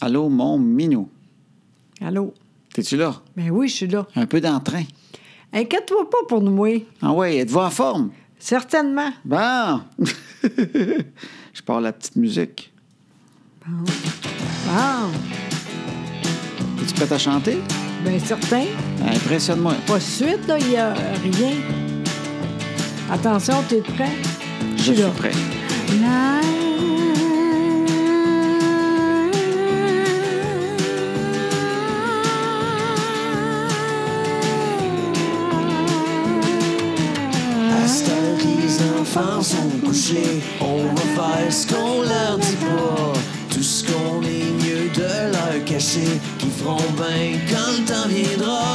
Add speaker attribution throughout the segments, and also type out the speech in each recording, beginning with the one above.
Speaker 1: Allô, mon minou.
Speaker 2: Allô?
Speaker 1: T'es-tu là?
Speaker 2: Ben oui, je suis là.
Speaker 1: Un peu d'entrain.
Speaker 2: Inquiète-toi pas pour nous, oui.
Speaker 1: Ah ouais, êtes-vous en forme?
Speaker 2: Certainement.
Speaker 1: Bon! je pars la petite musique.
Speaker 2: Ah,
Speaker 1: Es-tu prête à chanter?
Speaker 2: ben certain.
Speaker 1: Ben, Impressionne-moi.
Speaker 2: Pas de suite, là, il n'y a rien. Attention, t'es prêt?
Speaker 1: Je
Speaker 2: là.
Speaker 1: suis prêt.
Speaker 2: La-
Speaker 3: À cette heure que les enfants sont couchés, on va faire ce qu'on leur dit pas. Tout ce qu'on est mieux de leur cacher, qui feront bien quand le temps viendra.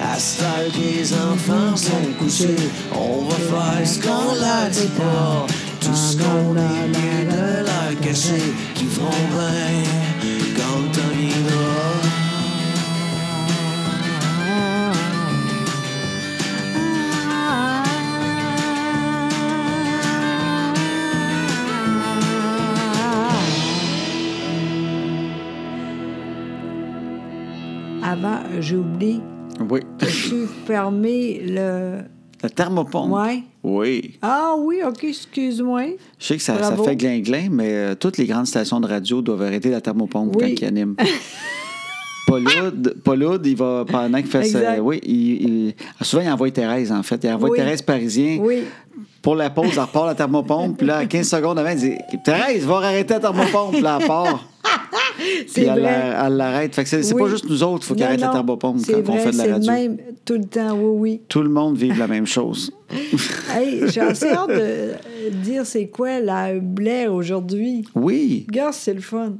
Speaker 3: À cette heure que les enfants sont couchés, on va faire ce qu'on leur dit pas. Tout ce qu'on est mieux de leur cacher, qui feront bien quand le temps viendra.
Speaker 2: Ah, Avant, j'ai oublié
Speaker 1: Oui.
Speaker 2: tu fermer le.
Speaker 1: La thermopompe.
Speaker 2: Ouais.
Speaker 1: Oui.
Speaker 2: Ah oui, OK, excuse-moi.
Speaker 1: Je sais que ça, ça
Speaker 2: Bravo.
Speaker 1: fait glin-glin, mais euh, toutes les grandes stations de radio doivent arrêter la thermopompe
Speaker 2: Oui.
Speaker 1: quand ils animent. Pauloud, Pauloud, il va, pendant qu'il fait ça.
Speaker 2: Exact.
Speaker 1: Oui, il, il- souvent, il envoie Thérèse, en fait. Il envoie
Speaker 2: Oui.
Speaker 1: Thérèse Parisien.
Speaker 2: Oui.
Speaker 1: Pour la pause, elle repart la thermopompe. Puis là, à 15 secondes avant, il dit Thérèse, va arrêter la thermopompe. Là, elle part. Puis
Speaker 2: C'est
Speaker 1: elle
Speaker 2: vrai.
Speaker 1: la- elle l'arrête. Fait que c'est c'est
Speaker 2: Oui.
Speaker 1: pas juste nous autres, il faut qu'il
Speaker 2: Non,
Speaker 1: arrête la
Speaker 2: non,
Speaker 1: thermopompe
Speaker 2: c'est
Speaker 1: quand on
Speaker 2: vrai,
Speaker 1: fait de la radio.
Speaker 2: C'est le même tout le temps, oui,
Speaker 1: Tout le monde vit la même chose.
Speaker 2: oui. hey, j'ai assez hâte de dire c'est quoi la blé aujourd'hui.
Speaker 1: Oui,
Speaker 2: Regarde, c'est le fun.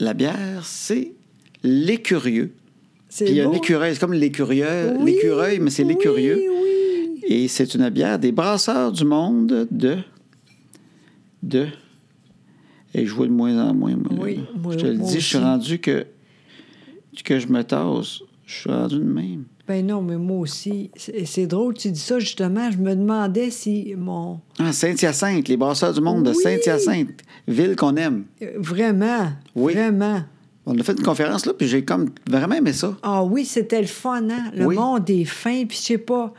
Speaker 1: la bière, c'est l'écurieux.
Speaker 2: C'est
Speaker 1: Puis il y a
Speaker 2: beau.
Speaker 1: l'écureuil, c'est comme l'écurieux,
Speaker 2: Oui,
Speaker 1: l'écureuil, mais c'est l'écurieux.
Speaker 2: Oui, oui.
Speaker 1: Et c'est une bière des brasseurs du monde de. de. Et je vois de moins en moins, moi. là.
Speaker 2: Oui, moi-
Speaker 1: je te le
Speaker 2: moi
Speaker 1: dis, je suis
Speaker 2: aussi.
Speaker 1: rendu que. que je me tasse. Je suis rendu de même.
Speaker 2: Ben non, mais moi aussi. C'est c'est drôle, tu dis ça justement. Je me demandais si mon.
Speaker 1: Ah, Saint-Hyacinthe, les brasseurs du monde de
Speaker 2: Oui.
Speaker 1: Saint-Hyacinthe, ville qu'on aime.
Speaker 2: euh, Vraiment.
Speaker 1: Oui.
Speaker 2: Vraiment.
Speaker 1: On a fait une conférence là, puis j'ai comme vraiment aimé ça.
Speaker 2: Ah oui, c'était le fun, hein? Le
Speaker 1: Oui.
Speaker 2: monde est fin, puis je sais pas.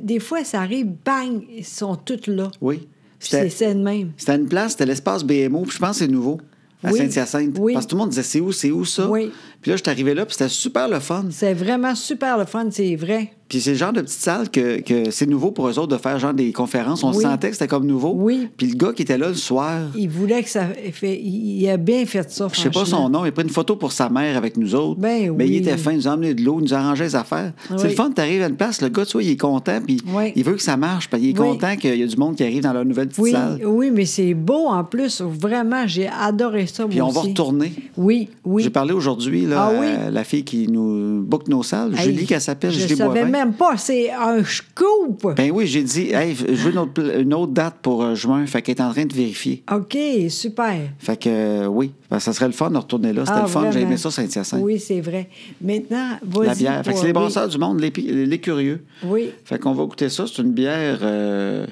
Speaker 2: Des fois, ça arrive, bang, ils sont tous là.
Speaker 1: Oui.
Speaker 2: Puis C'est
Speaker 1: C'était
Speaker 2: c'est de même.
Speaker 1: c'était une place, c'était l'espace BMO, puis je pense que c'est nouveau à
Speaker 2: Oui.
Speaker 1: Saint-Hyacinthe.
Speaker 2: Oui.
Speaker 1: Parce que tout le monde disait c'est où, c'est où ça.
Speaker 2: Oui.
Speaker 1: Puis là, je suis arrivé là, puis c'était super le fun.
Speaker 2: C'est vraiment super le fun, c'est vrai.
Speaker 1: Puis c'est le genre de petite salle que, que c'est nouveau pour eux autres de faire genre des conférences. On
Speaker 2: Oui.
Speaker 1: sentait que c'était comme nouveau.
Speaker 2: Oui.
Speaker 1: Puis le gars qui était là le soir,
Speaker 2: Il voulait que ça. Fait, il il a bien fait ça.
Speaker 1: je sais pas son
Speaker 2: franchement.
Speaker 1: nom, il a pris une photo pour sa mère avec nous autres.
Speaker 2: Ben
Speaker 1: Mais il
Speaker 2: oui.
Speaker 1: était fin, il nous a emmené de l'eau, il nous a arrangé les affaires. C'est
Speaker 2: Oui.
Speaker 1: le fun, t'arrives à une place, le gars, tu vois, il est content, puis
Speaker 2: Oui.
Speaker 1: il veut que ça marche, puis il est
Speaker 2: Oui.
Speaker 1: content qu'il y a du monde qui arrive dans leur nouvelle petite
Speaker 2: Oui,
Speaker 1: salle.
Speaker 2: oui, mais c'est beau en plus. Vraiment, j'ai adoré ça.
Speaker 1: Puis
Speaker 2: moi
Speaker 1: on va
Speaker 2: aussi.
Speaker 1: retourner.
Speaker 2: Oui, oui.
Speaker 1: J'ai parlé aujourd'hui là,
Speaker 2: Ah oui?
Speaker 1: à la fille qui nous book nos salles,
Speaker 2: Hey,
Speaker 1: Julie, qu'elle s'appelle,
Speaker 2: Je
Speaker 1: Julie
Speaker 2: savais
Speaker 1: Boivin.
Speaker 2: même pas, c'est un scoop.
Speaker 1: Ben oui, j'ai dit, hey, je veux une autre, pla- une autre date pour euh, juin. Fait qu'elle est en train de vérifier.
Speaker 2: OK, super.
Speaker 1: Fait que euh, oui, Ben, ça serait le fun de retourner là. C'était
Speaker 2: Ah,
Speaker 1: le fun, j'ai
Speaker 2: vraiment.
Speaker 1: aimé ça, Saint-Hyacinthe.
Speaker 2: Oui, c'est vrai. Maintenant, vas-y.
Speaker 1: La bière. Fait que
Speaker 2: pour-
Speaker 1: c'est les
Speaker 2: oui.
Speaker 1: brasseurs du monde, les, pi- les curieux.
Speaker 2: Oui,
Speaker 1: Fait qu'on va goûter ça. C'est une bière. euh,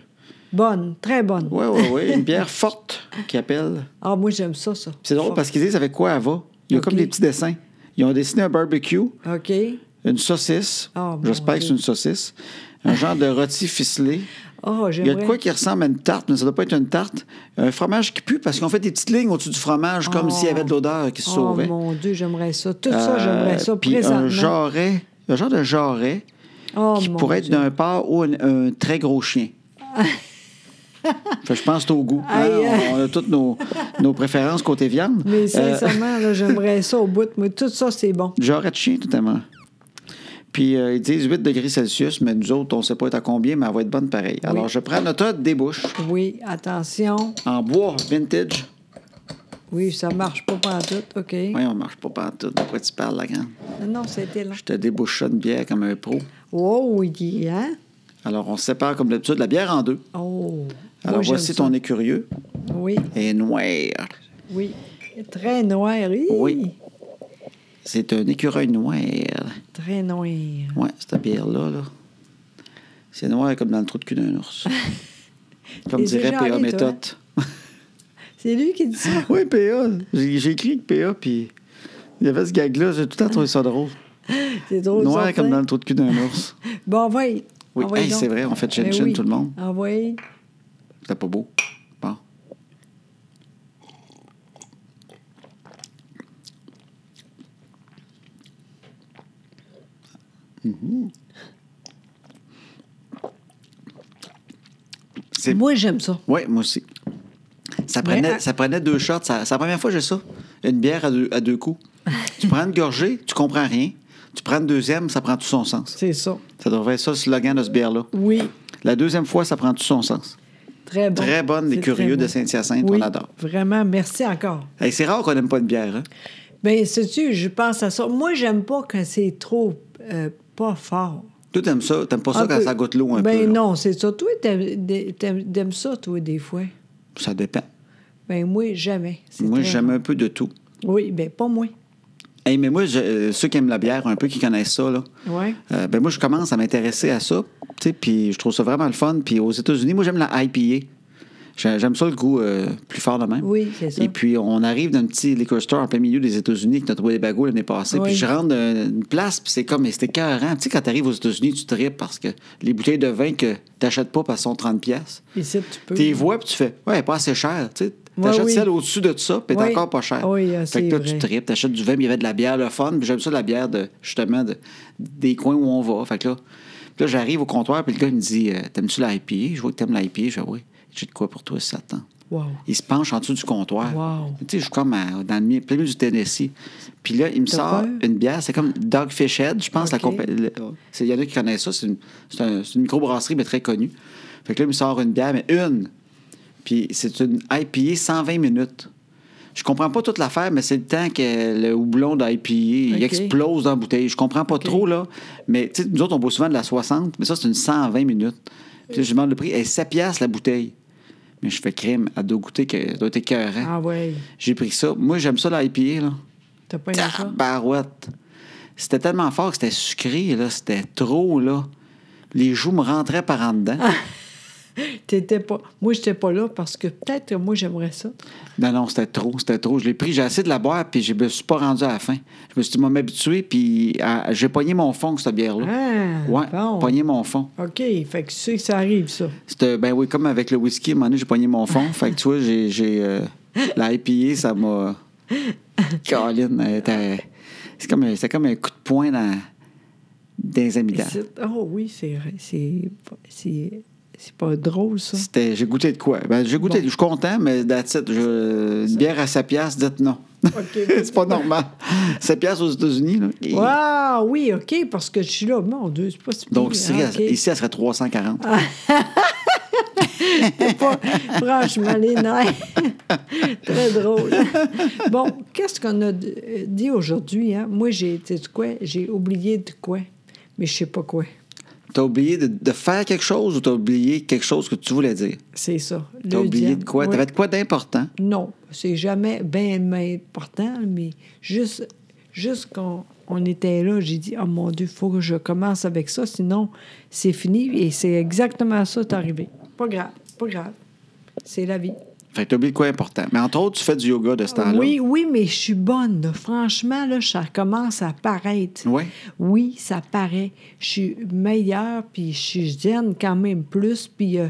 Speaker 2: bonne, très bonne.
Speaker 1: Ouais, ouais, ouais. une bière forte qui appelle.
Speaker 2: Ah, moi, j'aime ça, ça.
Speaker 1: Puis C'est drôle parce qu'ils disent avec quoi elle va. Ils ont
Speaker 2: Ok.
Speaker 1: comme des petits dessins. Ils ont dessiné un barbecue,
Speaker 2: OK.
Speaker 1: une saucisse.
Speaker 2: Ah, mon
Speaker 1: J'espère que c'est
Speaker 2: Dieu.
Speaker 1: une saucisse. Un genre de rôti ficelé.
Speaker 2: Oh,
Speaker 1: Il y a
Speaker 2: j'aimerais.
Speaker 1: de quoi qui ressemble à une tarte, mais ça doit pas être une tarte. Un fromage qui pue parce qu'on fait des petites lignes au-dessus du fromage comme
Speaker 2: Oh.
Speaker 1: s'il y avait de l'odeur qui se
Speaker 2: Oh,
Speaker 1: sauvait.
Speaker 2: mon Dieu, j'aimerais ça. Tout ça, j'aimerais ça
Speaker 1: Euh, puis
Speaker 2: présentement.
Speaker 1: un jarret, un genre de jarret
Speaker 2: Oh,
Speaker 1: qui
Speaker 2: mon
Speaker 1: pourrait être
Speaker 2: Dieu.
Speaker 1: d'un porc ou un, un très gros chien. Fait que je pense que c'est au goût.
Speaker 2: Aïe,
Speaker 1: Hein,
Speaker 2: aïe.
Speaker 1: On, on a toutes nos, nos préférences côté viande.
Speaker 2: Mais
Speaker 1: Euh,
Speaker 2: sincèrement, là, j'aimerais ça au bout. Mais tout ça, c'est bon.
Speaker 1: jarret de chien, totalement. Puis euh, ils disent 8 degrés Celsius, mais nous autres, on ne sait pas être à combien, mais elle va être bonne pareil. Alors, je prends notre des bouches
Speaker 2: Oui, attention.
Speaker 1: en bois vintage.
Speaker 2: Oui, ça marche pas pantoute. OK.
Speaker 1: Oui, on marche pas partout. De quoi tu parles, la grande?
Speaker 2: Non, non, c'était là.
Speaker 1: Je te débouche ça de bière comme un pro.
Speaker 2: Oh, oui, hein?
Speaker 1: Alors, on sépare, comme d'habitude, la bière en deux.
Speaker 2: Oh.
Speaker 1: Alors, Ah,
Speaker 2: Moi, j'aime
Speaker 1: voici
Speaker 2: ça.
Speaker 1: ton écurieux.
Speaker 2: Oui,
Speaker 1: Et noir.
Speaker 2: oui. Très noir. hi!
Speaker 1: Oui. C'est un écureuil noir.
Speaker 2: Très noir.
Speaker 1: Ouais, cette bière-là, là. C'est noir comme dans le trou de cul d'un ours. comme
Speaker 2: T'es
Speaker 1: dirait
Speaker 2: déjà
Speaker 1: P.A.
Speaker 2: allé, toi,
Speaker 1: Méthode.
Speaker 2: C'est lui qui dit ça.
Speaker 1: Oui, PA. J'ai j'ai écrit avec PA, puis il y avait ce gag-là. J'ai tout le temps trouvé ça drôle.
Speaker 2: C'est drôle.
Speaker 1: Noir
Speaker 2: certain.
Speaker 1: comme dans le trou de cul d'un ours.
Speaker 2: Bon, envoyez.
Speaker 1: Oui,
Speaker 2: Envoyez
Speaker 1: hey,
Speaker 2: donc.
Speaker 1: c'est vrai, on fait chin
Speaker 2: Ben
Speaker 1: chin
Speaker 2: oui.
Speaker 1: tout le monde.
Speaker 2: Envoyez.
Speaker 1: C'était pas beau. Bon. Mhm. C'est-
Speaker 2: Moi, j'aime ça.
Speaker 1: Oui, moi hein. aussi. Ça prenait,
Speaker 2: Mais, euh,
Speaker 1: ça prenait deux shots. Ça- C'est la première fois que j'ai ça. Une bière à deux, à deux coups. tu prends une gorgée, tu comprends rien. Tu prends une deuxième, ça prend tout son sens.
Speaker 2: C'est ça.
Speaker 1: Ça devrait être ça le slogan de ce bière-là.
Speaker 2: Oui,
Speaker 1: La deuxième fois, ça prend tout son sens.
Speaker 2: très bon.
Speaker 1: Très bonne, les
Speaker 2: C'est
Speaker 1: curieux de
Speaker 2: très bon.
Speaker 1: Saint-Hyacinthe,
Speaker 2: Oui,
Speaker 1: on adore.
Speaker 2: Vraiment, merci encore.
Speaker 1: Hey, c'est rare qu'on n'aime pas de bière. Hein?
Speaker 2: Bien, sais-tu, je pense à ça. Moi, j'aime pas quand c'est trop euh, pas fort.
Speaker 1: Toi, t'aimes ça. T'aimes pas ça
Speaker 2: Un
Speaker 1: quand
Speaker 2: Ah, peu.
Speaker 1: ça goûte l'eau un peu.
Speaker 2: Ben
Speaker 1: là.
Speaker 2: non, c'est ça. Toi, t'aimes- t'aimes t'aimes ça, toi, des fois.
Speaker 1: Ça dépend.
Speaker 2: Ben moi, jamais. C'est
Speaker 1: Moi,
Speaker 2: très
Speaker 1: j'aime
Speaker 2: bon.
Speaker 1: un peu de tout.
Speaker 2: Oui, ben pas moi.
Speaker 1: Hey, mais moi, je- euh, ceux qui aiment la bière, un peu, qui connaissent ça, là,
Speaker 2: Ouais.
Speaker 1: euh, ben moi, je commence à m'intéresser à ça. tu sais, Puis je trouve ça vraiment le fun. Puis aux États-Unis, moi, j'aime la IPA. J'ai- J'aime ça le goût euh, plus fort de même.
Speaker 2: Oui, c'est ça.
Speaker 1: Et puis, on arrive d'un petit liquor store en plein milieu des États-Unis avec notre Winnebago l'année passée.
Speaker 2: Oui.
Speaker 1: Puis, je rentre dans une place, puis c'est comme, mais c'était carrément. Tu sais, quand t'arrives aux États-Unis, tu tripes parce que les bouteilles de vin que t'achètes pas parce qu'elles sont 30$, piastres,
Speaker 2: Ici, tu peux.
Speaker 1: t'es vois, puis tu fais, ouais, pas assez cher. Tu sais, t'achètes
Speaker 2: Ouais, oui.
Speaker 1: celle au-dessus de ça, puis t'es
Speaker 2: Oui.
Speaker 1: encore pas cher.
Speaker 2: Oui, euh,
Speaker 1: fait
Speaker 2: c'est
Speaker 1: que là,
Speaker 2: vrai.
Speaker 1: tu tripes, t'achètes du vin, puis il y avait de la bière, le fun, puis j'aime ça, la bière, de, justement, de, des coins où on va. Fait que là, puis là j'arrive au comptoir, puis le gars, il me dit, euh, t'aimes-tu la IPA? Je vois que t'aimes la IPA. Je fais, oui, j'ai de quoi pour toi si ça te tente.
Speaker 2: Wow.
Speaker 1: Il se penche en dessous du comptoir.
Speaker 2: Wow.
Speaker 1: Tu sais, je suis comme à- dans le mi- plein milieu du Tennessee. Puis là, il me
Speaker 2: T'as
Speaker 1: sort
Speaker 2: peur?
Speaker 1: une bière. C'est comme Dogfish Head, je pense. la
Speaker 2: Ok.
Speaker 1: compa- le- c'est- Il y en a qui connaissent ça. C'est une, c'est un- c'est une microbrasserie, mais très connue. Fait que là, il me sort une bière, mais une. Puis c'est une IPA 120 minutes. Je comprends pas toute l'affaire, mais c'est le temps que le houblon d'IPA il
Speaker 2: Ok.
Speaker 1: explose dans la bouteille. Je comprends pas trop, là. Mais tu sais, nous autres, on boit souvent de la 60, mais ça, c'est une 120 minutes. Puis là, je demande le prix. Elle est 7 piastres, la bouteille. Mais je fais crème, elle doit goûter, que- elle doit être écœurante.
Speaker 2: Ah ouais.
Speaker 1: J'ai pris ça. Moi, j'aime ça, l'IPA, là.
Speaker 2: T'as pas aimé ça?
Speaker 1: Tabarouette! C'était tellement fort que c'était sucré, là. C'était trop, là. Les joues me rentraient par en dedans.
Speaker 2: Ah. T'étais pas. Moi, j'étais pas là parce que peut-être que moi, j'aimerais ça.
Speaker 1: Non, non, c'était trop, c'était trop. Je l'ai pris, j'ai assez de la boire, puis je me suis pas rendu à la fin. Je me suis dit, m'en habitué, puis à- j'ai pogné mon fond avec cette bière-là.
Speaker 2: Ah,
Speaker 1: ouais,
Speaker 2: bon.
Speaker 1: pogné mon fond.
Speaker 2: OK, fait que tu sais que ça arrive, ça.
Speaker 1: C'était, ben oui, comme avec le whisky, à un moment donné, j'ai pogné mon fond. fait que tu vois, j'ai, j'ai, euh, la IPA, ça m'a. Caroline, elle était- c'est comme, un- c'était comme un coup de poing dans, dans les amygdales.
Speaker 2: Ici- Oh oui, c'est c'est c'est c'est pas drôle ça.
Speaker 1: C'était, j'ai goûté de quoi? Ben, j'ai goûté,
Speaker 2: Bon.
Speaker 1: je suis content, mais that's it. Je- une bière à 7 piastres, dites non. c'est pas normal. 7 piastres aux États-Unis, là. Et-
Speaker 2: Ah oui, OK, parce que je suis là. Mon Dieu, c'est pas si pire.
Speaker 1: Donc, ici,
Speaker 2: Ah,
Speaker 1: elle-
Speaker 2: OK. Ah.
Speaker 1: ici, elle serait 340.
Speaker 2: Pas- franchement, les nerfs. Très drôle. Bon, qu'est-ce qu'on a d- euh, dit aujourd'hui? Hein? Moi, j'ai, tu sais quoi? J'ai oublié de quoi, mais je sais pas quoi.
Speaker 1: T'as oublié de, de faire quelque chose ou t'as oublié quelque chose que tu voulais dire?
Speaker 2: C'est ça.
Speaker 1: T'as
Speaker 2: Le
Speaker 1: oublié
Speaker 2: diable.
Speaker 1: de quoi?
Speaker 2: Oui.
Speaker 1: T'avais de quoi d'important?
Speaker 2: Non, c'est jamais bien important, mais juste, juste quand on était là, j'ai dit, oh mon Dieu, faut que je commence avec ça, sinon c'est fini. Et c'est exactement ça, t'es arrivé. Pas grave, pas grave. C'est la vie.
Speaker 1: Fait que t'as oublié de quoi important. Mais entre autres, tu fais du yoga de ce temps-là.
Speaker 2: Oui, oui, mais je suis bonne. là. Franchement, là, ça commence à paraître.
Speaker 1: Ouais.
Speaker 2: Oui, ça paraît. Je suis meilleure, puis je suis zen quand même plus. Puis euh,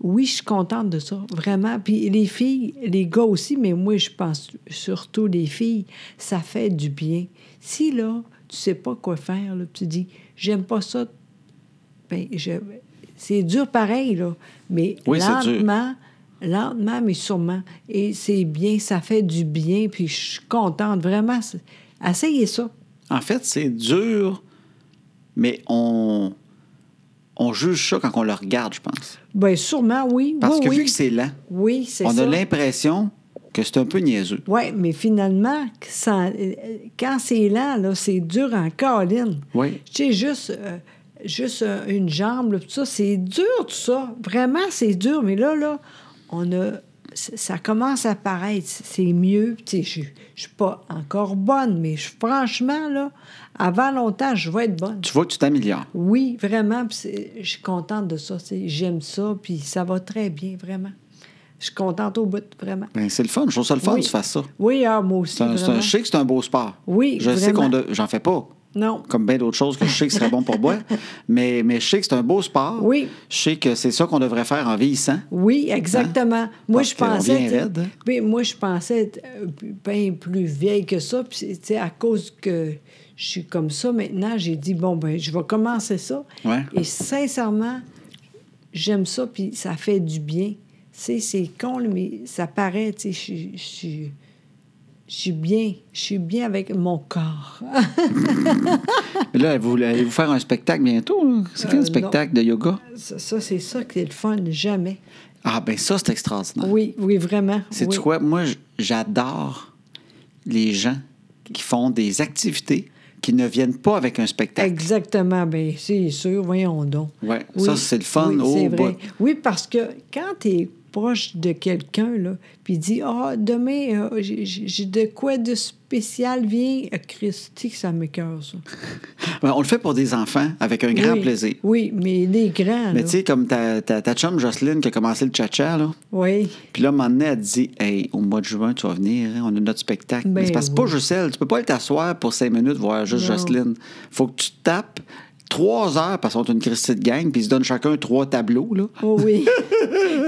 Speaker 2: oui, je suis contente de ça, vraiment. Puis les filles, les gars aussi, mais moi, je pense surtout les filles, ça fait du bien. Si là, tu sais pas quoi faire, là, tu dis, j'aime pas ça, ben, je- c'est dur pareil, là. Mais
Speaker 1: Oui, c'est dur.
Speaker 2: lentement, lentement, mais sûrement. Et c'est bien, ça fait du bien, puis je suis contente, vraiment. c'est- Essayez ça.
Speaker 1: En fait, c'est dur, mais on, on juge ça quand on le regarde, je pense.
Speaker 2: Bien, Ben, sûrement, oui.
Speaker 1: Parce
Speaker 2: oui,
Speaker 1: que
Speaker 2: oui.
Speaker 1: vu que c'est lent,
Speaker 2: Oui, c'est
Speaker 1: on
Speaker 2: ça.
Speaker 1: a l'impression que c'est un peu niaiseux.
Speaker 2: Oui, mais finalement, que ça- euh, quand c'est lent, là, c'est dur en colline.
Speaker 1: Oui.
Speaker 2: Tu sais, juste, euh, juste euh, une jambe, là, tout ça, c'est dur, tout ça. Vraiment, c'est dur. Mais là, là, on a... c- Ça commence à paraître, c- c'est mieux. Tu sais, je je suis pas encore bonne, mais je- franchement, là, avant longtemps, je vais être bonne.
Speaker 1: Tu vois que tu t'améliores.
Speaker 2: Oui, vraiment. puis c'est- Je suis contente de ça. tu sais, J'aime ça, puis ça va très bien, vraiment. Je suis contente au bout, vraiment.
Speaker 1: Ben, c'est le fun. Je trouve ça le fun
Speaker 2: Oui.
Speaker 1: que tu fasses ça.
Speaker 2: Oui, ah, moi aussi.
Speaker 1: C'est un- c'est un-
Speaker 2: vraiment.
Speaker 1: je sais que c'est un beau sport.
Speaker 2: Oui,
Speaker 1: Je sais qu'on de-
Speaker 2: vraiment.
Speaker 1: j'en fais pas.
Speaker 2: Non.
Speaker 1: Comme bien d'autres choses que je sais que ce serait bon pour moi. Mais, mais je sais que c'est un beau sport.
Speaker 2: Oui.
Speaker 1: Je sais que c'est ça qu'on devrait faire en vieillissant.
Speaker 2: Oui,
Speaker 1: Hein?
Speaker 2: exactement. Moi,
Speaker 1: Parce
Speaker 2: je
Speaker 1: qu'on
Speaker 2: pensais.
Speaker 1: vient
Speaker 2: tu sais,
Speaker 1: raide, hein?
Speaker 2: oui, moi, je pensais être euh, bien plus vieille que ça. Puis, c'est- tu sais, à cause que je suis comme ça maintenant, j'ai dit, bon, ben, je vais commencer ça.
Speaker 1: Ouais.
Speaker 2: Et sincèrement, j'aime ça, puis ça fait du bien. Tu sais, c'est con, là, mais ça paraît, tu sais, je suis- je suis. Je suis bien, je suis bien avec mon corps.
Speaker 1: Mais là, vous allez vous faire un spectacle bientôt. là? C'est quand
Speaker 2: Euh,
Speaker 1: le spectacle de yoga?
Speaker 2: Ça, ça, c'est ça qui est le fun, jamais.
Speaker 1: Ah, ben ça, c'est extraordinaire.
Speaker 2: Oui, oui, vraiment.
Speaker 1: C'est
Speaker 2: oui.
Speaker 1: quoi? Moi, j- j'adore les gens qui font des activités qui ne viennent pas avec un spectacle.
Speaker 2: Exactement, bien, c'est sûr, voyons donc.
Speaker 1: Ouais, ça, c'est le fun, oh
Speaker 2: oui,
Speaker 1: au
Speaker 2: c'est
Speaker 1: bout.
Speaker 2: vrai. Oui, parce que quand tu es proche de quelqu'un, là, puis il dit Ah, demain, euh, j'ai- j'ai j'ai de quoi de spécial, viens, Euh, Christy, que ça m'écœure, ça.
Speaker 1: Ben, on le fait pour des enfants avec un grand
Speaker 2: Oui,
Speaker 1: plaisir.
Speaker 2: Oui, mais les grands,
Speaker 1: Mais
Speaker 2: là.
Speaker 1: tu sais, comme ta, ta, ta chum Jocelyne qui a commencé le cha-cha, là.
Speaker 2: Oui,
Speaker 1: Puis là, un moment donné, elle dit Hey, au mois de juin, tu vas venir, hein, on a notre spectacle.
Speaker 2: Ben
Speaker 1: Mais c'est parce que c'est pas
Speaker 2: oui.
Speaker 1: juste elle. Tu peux pas aller t'asseoir pour cinq minutes voir juste
Speaker 2: Non.
Speaker 1: Jocelyne. Faut que tu te tapes trois heures parce qu'on est une Christie de gang, puis ils se donnent chacun trois tableaux, là.
Speaker 2: oh oui.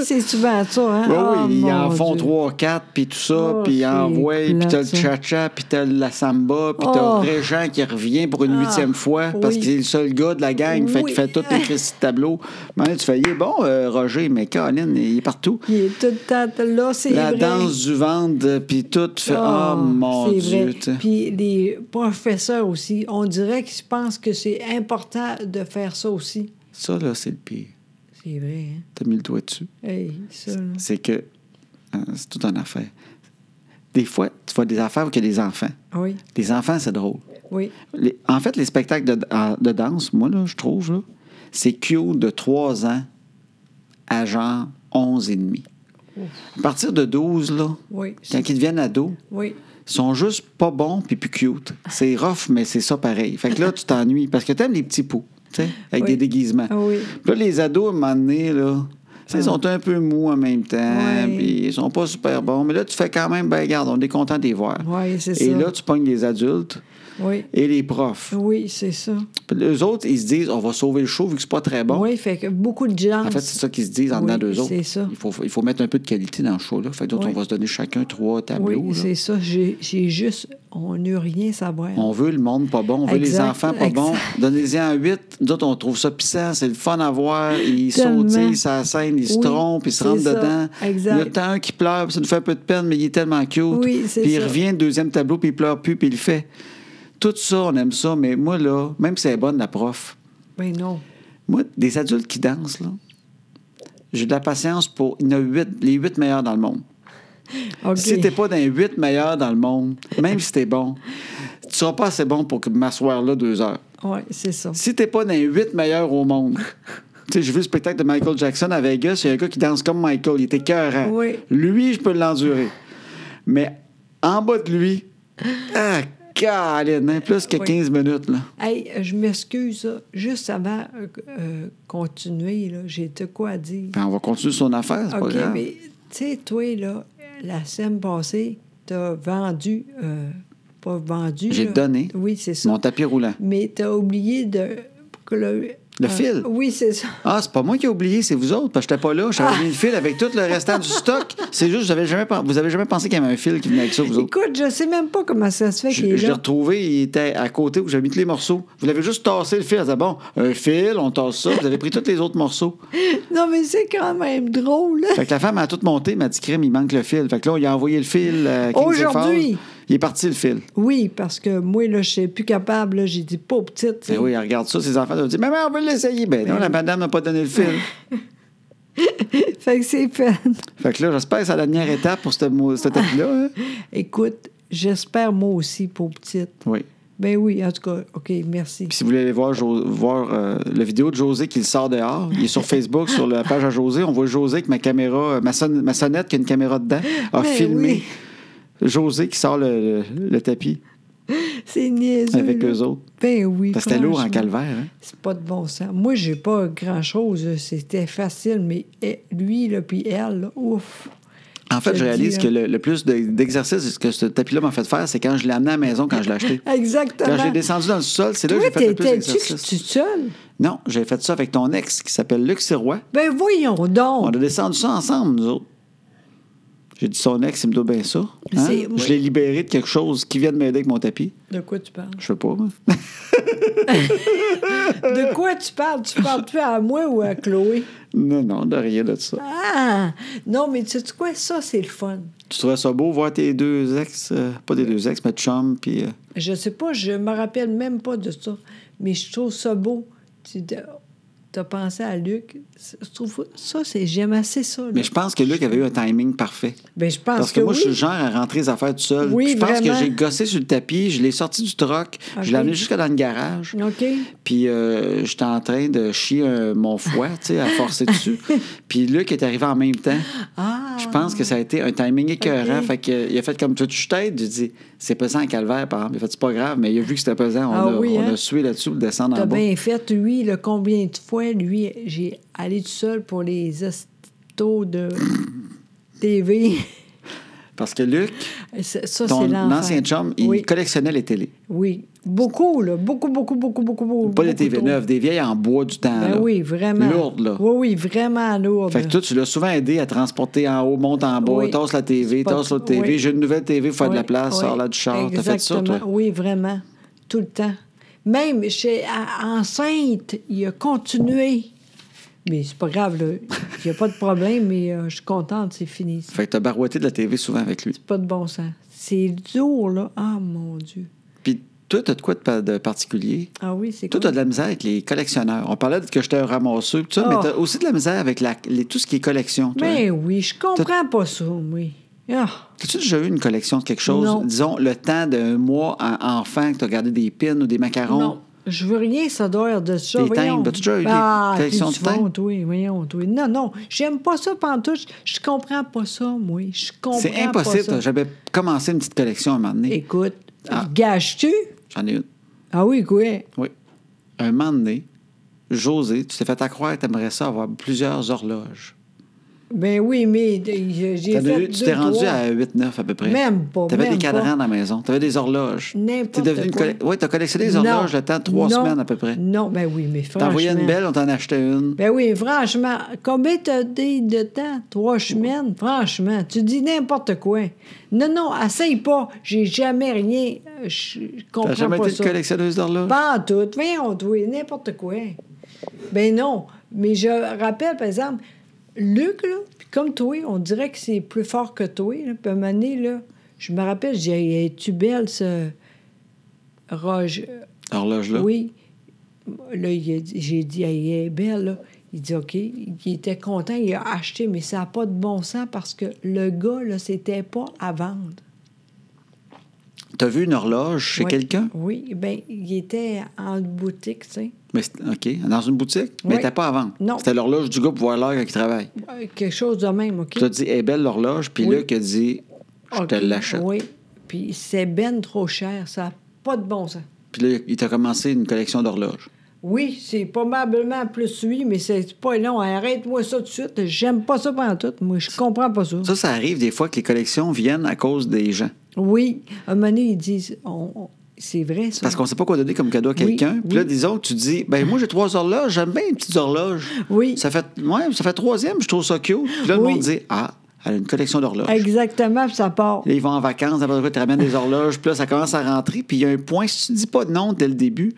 Speaker 2: c'est souvent ça, hein?
Speaker 1: Oui,
Speaker 2: Ah,
Speaker 1: oui, ils
Speaker 2: mon
Speaker 1: en font
Speaker 2: Dieu.
Speaker 1: trois, quatre, puis tout ça,
Speaker 2: Oh,
Speaker 1: puis ils
Speaker 2: c'est
Speaker 1: envoient, puis
Speaker 2: plate,
Speaker 1: t'as le
Speaker 2: ça.
Speaker 1: cha-cha, puis t'as la samba, puis t'as
Speaker 2: Oh.
Speaker 1: le régent qui revient pour une
Speaker 2: Ah,
Speaker 1: huitième fois, parce
Speaker 2: oui.
Speaker 1: qu'il est le seul gars de la gang, fait
Speaker 2: Oui.
Speaker 1: qu'il fait tous les Christie de tableaux. Mais tu fais, il est bon, euh, Roger, mais Colin, il est partout.
Speaker 2: Il est tout le temps là, c'est
Speaker 1: La
Speaker 2: vrai.
Speaker 1: danse du ventre, euh, puis tout fait Ah, mon
Speaker 2: Oh, c'est
Speaker 1: Dieu.
Speaker 2: vrai.
Speaker 1: tu sais.
Speaker 2: Puis les professeurs aussi, on dirait qu'ils pensent que c'est important de faire ça aussi.
Speaker 1: Ça, là, c'est le pire.
Speaker 2: C'est vrai, hein?
Speaker 1: T'as mis le doigt dessus.
Speaker 2: Hey, ça, là.
Speaker 1: C'est que. hein, c'est tout une affaire. Des fois, tu vois des affaires où il y a des enfants.
Speaker 2: Oui,
Speaker 1: Les enfants, c'est drôle.
Speaker 2: oui.
Speaker 1: Les- en fait, les spectacles de, en- de danse, moi, là, je trouve, là, c'est cute de 3 ans à genre 11 et demi. À partir de 12, là,
Speaker 2: Oui,
Speaker 1: quand
Speaker 2: c'est-
Speaker 1: ils deviennent ados,
Speaker 2: Oui,
Speaker 1: ils sont juste pas bons puis plus cute. C'est rough, mais c'est ça pareil. Fait que là, tu t'ennuies parce que t'aimes les petits pots, tu sais, avec
Speaker 2: Oui.
Speaker 1: des déguisements.
Speaker 2: Ah oui. Ah.
Speaker 1: Puis là, les ados, à un moment donné, là, tu sais, ils sont un peu mous en même temps,
Speaker 2: Ouais.
Speaker 1: puis ils sont pas super bons. Mais là, tu fais quand même, ben regarde, on est content de les voir.
Speaker 2: Ouais, c'est
Speaker 1: Et
Speaker 2: ça.
Speaker 1: là, tu pognes les adultes
Speaker 2: oui.
Speaker 1: et les profs.
Speaker 2: Oui, c'est ça.
Speaker 1: Puis eux autres, ils se disent, on va sauver le show vu que c'est pas très bon.
Speaker 2: Oui, fait que beaucoup de gens.
Speaker 1: En fait, c'est ça qu'ils se disent en dedans
Speaker 2: Oui,
Speaker 1: d'eux autres.
Speaker 2: c'est ça.
Speaker 1: Il faut, il faut mettre un peu de qualité dans le show-là. Fait que d'autres,
Speaker 2: Oui.
Speaker 1: on va se donner chacun trois tableaux.
Speaker 2: Oui,
Speaker 1: là.
Speaker 2: c'est ça. J'ai j'ai juste. On n'a rien savoir.
Speaker 1: On veut le monde pas bon, on veut les
Speaker 2: Exact,
Speaker 1: enfants pas
Speaker 2: exact.
Speaker 1: bons. Donnez-y un 8. Nous autres, on trouve ça pissant, c'est le fun à voir. Ils
Speaker 2: Tellement.
Speaker 1: sautillent, ça scène, ils se
Speaker 2: Oui,
Speaker 1: trompent, ils se
Speaker 2: c'est
Speaker 1: rentrent
Speaker 2: ça,
Speaker 1: dedans.
Speaker 2: exact.
Speaker 1: Il y a tant un qui pleure, puis ça nous fait un peu de peine, mais il est tellement cute.
Speaker 2: Oui, c'est
Speaker 1: puis il
Speaker 2: ça.
Speaker 1: revient, deuxième tableau, puis il pleure plus, puis il le fait. Tout ça, on aime ça, mais moi, là, même si elle est bonne, la prof,
Speaker 2: Ben non.
Speaker 1: Moi, des adultes qui dansent, là, j'ai de la patience pour. Il y en a huit, les huit meilleurs dans le monde.
Speaker 2: OK.
Speaker 1: Si t'es pas dans les huit meilleurs dans le monde, même si t'es bon, tu seras pas assez bon pour que m'asseoir là deux heures.
Speaker 2: Oui, c'est ça.
Speaker 1: Si t'es pas dans les huit meilleurs au monde, tu sais, j'ai vu le spectacle de Michael Jackson à Vegas, il y a un gars qui danse comme Michael, il était cœurant.
Speaker 2: Oui.
Speaker 1: Lui, je peux l'endurer. Mais en bas de lui, ah, câline, hein, plus que
Speaker 2: Oui.
Speaker 1: 15 minutes, là.
Speaker 2: Hey, euh, je m'excuse, là. juste avant euh, euh, continuer, là, j'ai de quoi à dire.
Speaker 1: Ben, on va continuer son affaire, c'est pas
Speaker 2: OK,
Speaker 1: grave.
Speaker 2: mais tu sais, toi, là, la semaine passée, t'as vendu, euh, pas vendu.
Speaker 1: J'ai
Speaker 2: là.
Speaker 1: donné
Speaker 2: Oui, c'est ça.
Speaker 1: Mon tapis roulant.
Speaker 2: Mais t'as oublié de. que Le,
Speaker 1: Le
Speaker 2: euh,
Speaker 1: fil?
Speaker 2: Oui, c'est ça.
Speaker 1: Ah, c'est pas moi qui ai oublié, c'est vous autres, parce que j'étais pas là. J'avais mis le fil avec tout le restant du stock. C'est juste, vous avez jamais, pen- vous avez jamais pensé qu'il y avait un fil qui venait avec ça, vous autres.
Speaker 2: Écoute, je sais même pas comment ça se fait qu'il
Speaker 1: Je,
Speaker 2: est
Speaker 1: je l'ai
Speaker 2: là.
Speaker 1: retrouvé, il était à côté où j'avais mis tous les morceaux. Vous l'avez juste tassé le fil. Elle disait, bon, un fil, on tasse ça, vous avez pris tous les autres morceaux.
Speaker 2: Non, mais c'est quand même drôle.
Speaker 1: Fait que la femme a tout monté, m'a dit, crème, il manque le fil. Fait que là, il a envoyé le fil. euh, à Kings
Speaker 2: Aujourd'hui.
Speaker 1: Effort. Il est parti le fil.
Speaker 2: Oui, parce que moi, là, je suis plus capable. là, J'ai dit, pas petite. tu sais.
Speaker 1: Ben oui, elle regarde ça, ses enfants doivent dire, maman, on veut l'essayer. Ben non, la madame n'a pas donné le fil.
Speaker 2: Fait que c'est fait.
Speaker 1: fait que là, j'espère que c'est la dernière étape pour ce mo- ce tapis-là. hein.
Speaker 2: Écoute, j'espère moi aussi, pour petite.
Speaker 1: Oui.
Speaker 2: Ben oui, en tout cas, OK, merci.
Speaker 1: Puis si vous voulez aller voir, Jo- voir euh, la vidéo de José qui le sort dehors, il est sur Facebook, sur la page à José. On voit José avec ma caméra, euh, ma, sonne- ma sonnette qui a une caméra dedans, a
Speaker 2: Ben
Speaker 1: filmé José qui sort le, le- le tapis
Speaker 2: C'est niaiseux.
Speaker 1: avec
Speaker 2: là.
Speaker 1: eux autres.
Speaker 2: Ben oui.
Speaker 1: Parce que c'était lourd en
Speaker 2: franchement.
Speaker 1: calvaire. hein.
Speaker 2: C'est pas de bon sens. Moi, j'ai pas grand-chose. là. C'était facile, mais eh, lui, là, puis elle, là, ouf.
Speaker 1: En fait,
Speaker 2: Je
Speaker 1: je
Speaker 2: dis,
Speaker 1: réalise
Speaker 2: euh,
Speaker 1: que le, le plus de- d'exercice que ce tapis-là m'a fait faire, c'est quand je l'ai amené à la maison quand je l'ai acheté.
Speaker 2: Exactement.
Speaker 1: Quand je l'ai descendu dans le sol, c'est là
Speaker 2: Toi,
Speaker 1: que j'ai fait le plus
Speaker 2: t'étais-tu
Speaker 1: d'exercice.
Speaker 2: toute seule?
Speaker 1: Non, j'ai fait ça avec ton ex qui s'appelle Luc Sirois.
Speaker 2: Ben voyons
Speaker 1: On a
Speaker 2: donc.
Speaker 1: descendu ça ensemble, nous autres. J'ai dit son ex, il me doit bien ça. hein?
Speaker 2: C'est- oui.
Speaker 1: Je l'ai libéré de quelque chose qui vient de m'aider avec mon tapis.
Speaker 2: De quoi tu parles?
Speaker 1: Je sais pas, moi.
Speaker 2: De quoi tu parles? Tu parles-tu à moi ou à Chloé?
Speaker 1: Non, non, de rien de ça.
Speaker 2: Ah! Non, mais tu sais quoi? Ça, c'est le fun.
Speaker 1: Tu trouvais ça beau voir tes deux ex, euh, pas tes deux ex, mais chum, puis. euh,
Speaker 2: Je sais pas, je me rappelle même pas de ça, mais je trouve ça beau. Tu as pensé à Luc. C'est- Je trouve ça, c'est j'aime assez ça. là.
Speaker 1: Mais je pense que Luc avait eu un timing parfait.
Speaker 2: Ben, je pense
Speaker 1: Parce que, moi,
Speaker 2: oui.
Speaker 1: je suis le genre à rentrer les affaires tout seul.
Speaker 2: Oui,
Speaker 1: je pense
Speaker 2: vraiment.
Speaker 1: que j'ai gossé sur le tapis, je l'ai sorti du troc,
Speaker 2: Ok.
Speaker 1: je l'ai amené jusque dans le garage.
Speaker 2: OK.
Speaker 1: Puis euh, j'étais en train de chier euh, mon foie, tu sais, à forcer dessus. Puis Luc est arrivé en même temps.
Speaker 2: Ah!
Speaker 1: Je pense que ça a été un timing écœurant.
Speaker 2: Ok.
Speaker 1: Fait que, il a fait comme tout je t'aide. J'ai dit, c'est pesant à calvaire, par exemple. Il a fait, c'est pas grave, mais il a vu que c'était pesant. On,
Speaker 2: Ah
Speaker 1: a,
Speaker 2: oui,
Speaker 1: on
Speaker 2: hein?
Speaker 1: a sué là-dessus pour descendre
Speaker 2: T'as
Speaker 1: en bas.
Speaker 2: bien fait, lui, le combien de fois, lui, j'ai allé tout seul pour les hostos de TV.
Speaker 1: Parce que Luc,
Speaker 2: Ça, ça, c'est
Speaker 1: ton
Speaker 2: l'enfer.
Speaker 1: ancien chum, il
Speaker 2: Oui,
Speaker 1: collectionnait les télés.
Speaker 2: oui. Beaucoup, là. Beaucoup, beaucoup, beaucoup, beaucoup, beaucoup.
Speaker 1: Pas les
Speaker 2: beaucoup
Speaker 1: TV
Speaker 2: trop.
Speaker 1: neuves, des vieilles en bois du temps.
Speaker 2: Ben
Speaker 1: hein, là.
Speaker 2: oui, vraiment.
Speaker 1: Lourdes, là.
Speaker 2: Oui, oui, vraiment lourde.
Speaker 1: Fait que toi, tu l'as souvent aidé à transporter en haut, monte en bas,
Speaker 2: Oui.
Speaker 1: tasse la TV,
Speaker 2: Pas-
Speaker 1: tasse l'autre TV,
Speaker 2: oui.
Speaker 1: j'ai une nouvelle TV, faut faire de la
Speaker 2: Oui,
Speaker 1: place,
Speaker 2: oui,
Speaker 1: sors là du char. T'as fait ça, toi?
Speaker 2: exactement. Oui, vraiment. Tout le temps. Même chez, à- enceinte, il a continué. Mais c'est pas grave, là. Il n'y a pas de problème, mais euh, je suis contente, c'est fini. C'est
Speaker 1: Fait que t'as barouetté de la TV souvent avec lui.
Speaker 2: pas de bon sens. C'est dur, là. Ah, mon Dieu.
Speaker 1: Puis toi, t'as de quoi de, pa- de particulier?
Speaker 2: Ah oui, c'est
Speaker 1: Toi,
Speaker 2: quoi?
Speaker 1: t'as de la misère avec les collectionneurs. On parlait de que j'étais un ramasseux, pis tout ça,
Speaker 2: Ah.
Speaker 1: mais t'as aussi de la misère avec la, les- tout ce qui est collection. toi, hein?
Speaker 2: Ben oui, je comprends pas ça, oui. Ah,
Speaker 1: T'as-tu déjà eu une collection de quelque chose?
Speaker 2: Non.
Speaker 1: Disons, le temps d'un mois en enfant que t'as gardé des pins ou des macarons?
Speaker 2: non. Je veux rien, ça doit de ça.
Speaker 1: Des
Speaker 2: voyons.
Speaker 1: timbres. As-tu déjà eu des
Speaker 2: ah,
Speaker 1: collections
Speaker 2: t'es
Speaker 1: de timbres?
Speaker 2: bon, toi, voyons, toi. Non, non, j'aime pas ça, pantoute. Je comprends pas ça, moi. Je comprends
Speaker 1: C'est
Speaker 2: pas ça.
Speaker 1: impossible. J'avais commencé une petite collection à un moment donné.
Speaker 2: Écoute,
Speaker 1: Ah.
Speaker 2: gages-tu?
Speaker 1: J'en ai une.
Speaker 2: Ah oui, quoi?
Speaker 1: Oui. Un moment donné, José, tu t'es fait accroire que t'aimerais ça avoir plusieurs horloges.
Speaker 2: Ben oui, mais euh, j'ai
Speaker 1: T'en as
Speaker 2: fait
Speaker 1: eu- tu
Speaker 2: deux,
Speaker 1: t'es rendu
Speaker 2: trois.
Speaker 1: à 8-9 à peu près.
Speaker 2: Même pas,
Speaker 1: T'avais
Speaker 2: même
Speaker 1: des cadrans
Speaker 2: pas.
Speaker 1: dans la maison. T'avais des horloges.
Speaker 2: N'importe
Speaker 1: T'es devenu
Speaker 2: quoi.
Speaker 1: Une colle- ouais, t'as collectionné des
Speaker 2: Non.
Speaker 1: horloges le temps de trois
Speaker 2: Non.
Speaker 1: semaines à peu près.
Speaker 2: Non, ben oui, mais franchement...
Speaker 1: T'envoyais une belle, on t'en achetait une.
Speaker 2: Ben oui, franchement, combien t'as dit de temps? Trois semaines? Franchement, tu dis n'importe quoi. Non, non, essaye pas. J'ai jamais rien. euh, Je je comprends
Speaker 1: T'as jamais
Speaker 2: pas
Speaker 1: été
Speaker 2: ça. Bah,
Speaker 1: une collectionneuse d'horloges?
Speaker 2: Pas en tout. Voyons, toi, n'importe quoi. Ben non. Mais je rappelle, par exemple, Luc, là, puis comme toi, on dirait que c'est plus fort que toi. Là. Puis à un moment donné, là, je me rappelle, j'ai tu belle, ce... Roger...
Speaker 1: Horloge-là.
Speaker 2: Oui. Là, il a dit- j'ai dit, elle est belle, là. Il dit, OK. Il était content, il a acheté, mais ça n'a pas de bon sens parce que le gars, là, c'était pas à vendre.
Speaker 1: T'as vu une horloge chez
Speaker 2: Ouais.
Speaker 1: quelqu'un?
Speaker 2: Oui, bien, il était en boutique, tu sais.
Speaker 1: Mais c'est- OK. Dans une boutique? Mais
Speaker 2: Oui.
Speaker 1: t'as pas à vendre.
Speaker 2: Non.
Speaker 1: C'était l'horloge du gars pour voir l'heure quand il travaille.
Speaker 2: Euh, Quelque chose de même, OK?
Speaker 1: Tu T'as dit, elle est belle l'horloge, puis
Speaker 2: Oui.
Speaker 1: Luc a dit, je te
Speaker 2: OK,
Speaker 1: l'achète.
Speaker 2: Oui. Puis c'est ben trop cher, ça n'a pas de bon sens.
Speaker 1: Puis là, il t'a commencé une collection d'horloges.
Speaker 2: Oui, c'est probablement plus lui, mais c'est pas long. Arrête-moi ça tout de suite. J'aime pas ça pendant tout. Moi, je comprends pas ça.
Speaker 1: Ça, ça arrive des fois que les collections viennent à cause des gens.
Speaker 2: Oui, à un moment donné, ils disent, on- on- c'est vrai ça.
Speaker 1: Parce qu'on sait pas quoi donner comme cadeau à quelqu'un. Puis là,
Speaker 2: oui.
Speaker 1: disons que tu dis, ben moi, j'ai trois horloges, j'aime bien les petites horloges.
Speaker 2: Oui.
Speaker 1: Ça fait, ouais, ça fait troisième, je trouve ça cute. Puis là, le
Speaker 2: Oui.
Speaker 1: monde dit, ah, elle a une collection d'horloges.
Speaker 2: Exactement, puis ça part.
Speaker 1: Là, ils vont en vacances, après quoi, ils te ramènent des horloges, puis là, ça commence à rentrer. Puis il y a un point, si tu dis pas non dès le début,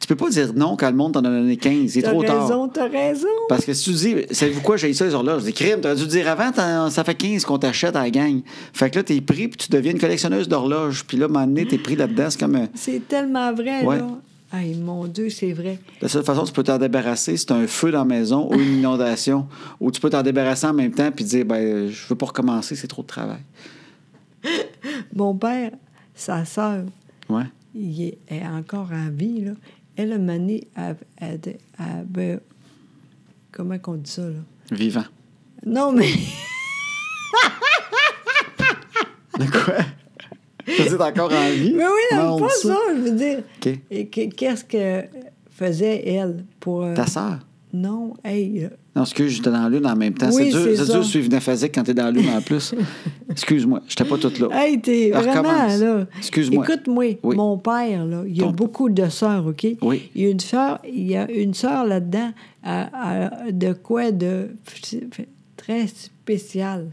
Speaker 1: tu peux pas dire non quand le monde t'en a donné 15. C'est
Speaker 2: T'as
Speaker 1: trop tard.
Speaker 2: raison, t'as raison.
Speaker 1: Parce que si tu dis, savez-vous quoi, j'ai ça, les horloges? Des crimes, t'aurais dû le dire avant, t'en- ça fait 15 qu'on t'achète à la gang. Fait que là, t'es pris, puis tu deviens une collectionneuse d'horloges. Puis là, à un moment donné, t'es pris là-dedans. C'est comme. euh,
Speaker 2: C'est tellement vrai,
Speaker 1: Ouais.
Speaker 2: là. Ay, mon Dieu, c'est vrai.
Speaker 1: La seule façon que tu peux t'en débarrasser, c'est un feu dans la maison ou une inondation. ou tu peux t'en débarrasser en même temps, puis dire, ben, je veux pas recommencer, c'est trop de travail.
Speaker 2: Mon père, sa sœur,
Speaker 1: Ouais.
Speaker 2: il est, elle est encore en vie, là. Elle a mané à, à- à- ben, Comment qu'on dit ça, là?
Speaker 1: Vivant.
Speaker 2: Non, mais...
Speaker 1: Tu es encore en vie?
Speaker 2: Mais oui,
Speaker 1: Comment
Speaker 2: non,
Speaker 1: on
Speaker 2: pas
Speaker 1: dit
Speaker 2: ça. je veux dire.
Speaker 1: OK.
Speaker 2: Et que- Qu'est-ce que faisait elle pour... euh,
Speaker 1: Ta sœur?
Speaker 2: Non, hey, euh,
Speaker 1: Non, excuse, j'étais dans la lune en même temps.
Speaker 2: Oui,
Speaker 1: c'est dur,
Speaker 2: c'est
Speaker 1: c'est
Speaker 2: ça.
Speaker 1: dur de suivre Naphasique quand t'es dans la lune en plus. Excuse-moi, j'étais pas toute là.
Speaker 2: Hey, t'es
Speaker 1: Elle
Speaker 2: vraiment,
Speaker 1: recommence.
Speaker 2: là.
Speaker 1: Excuse-moi.
Speaker 2: Écoute-moi,
Speaker 1: Oui.
Speaker 2: mon père, là, il y a
Speaker 1: Ton-
Speaker 2: beaucoup de sœurs, OK?
Speaker 1: Oui.
Speaker 2: Il y a une sœur, il y a une sœur là-dedans à- à- de quoi de très spécial.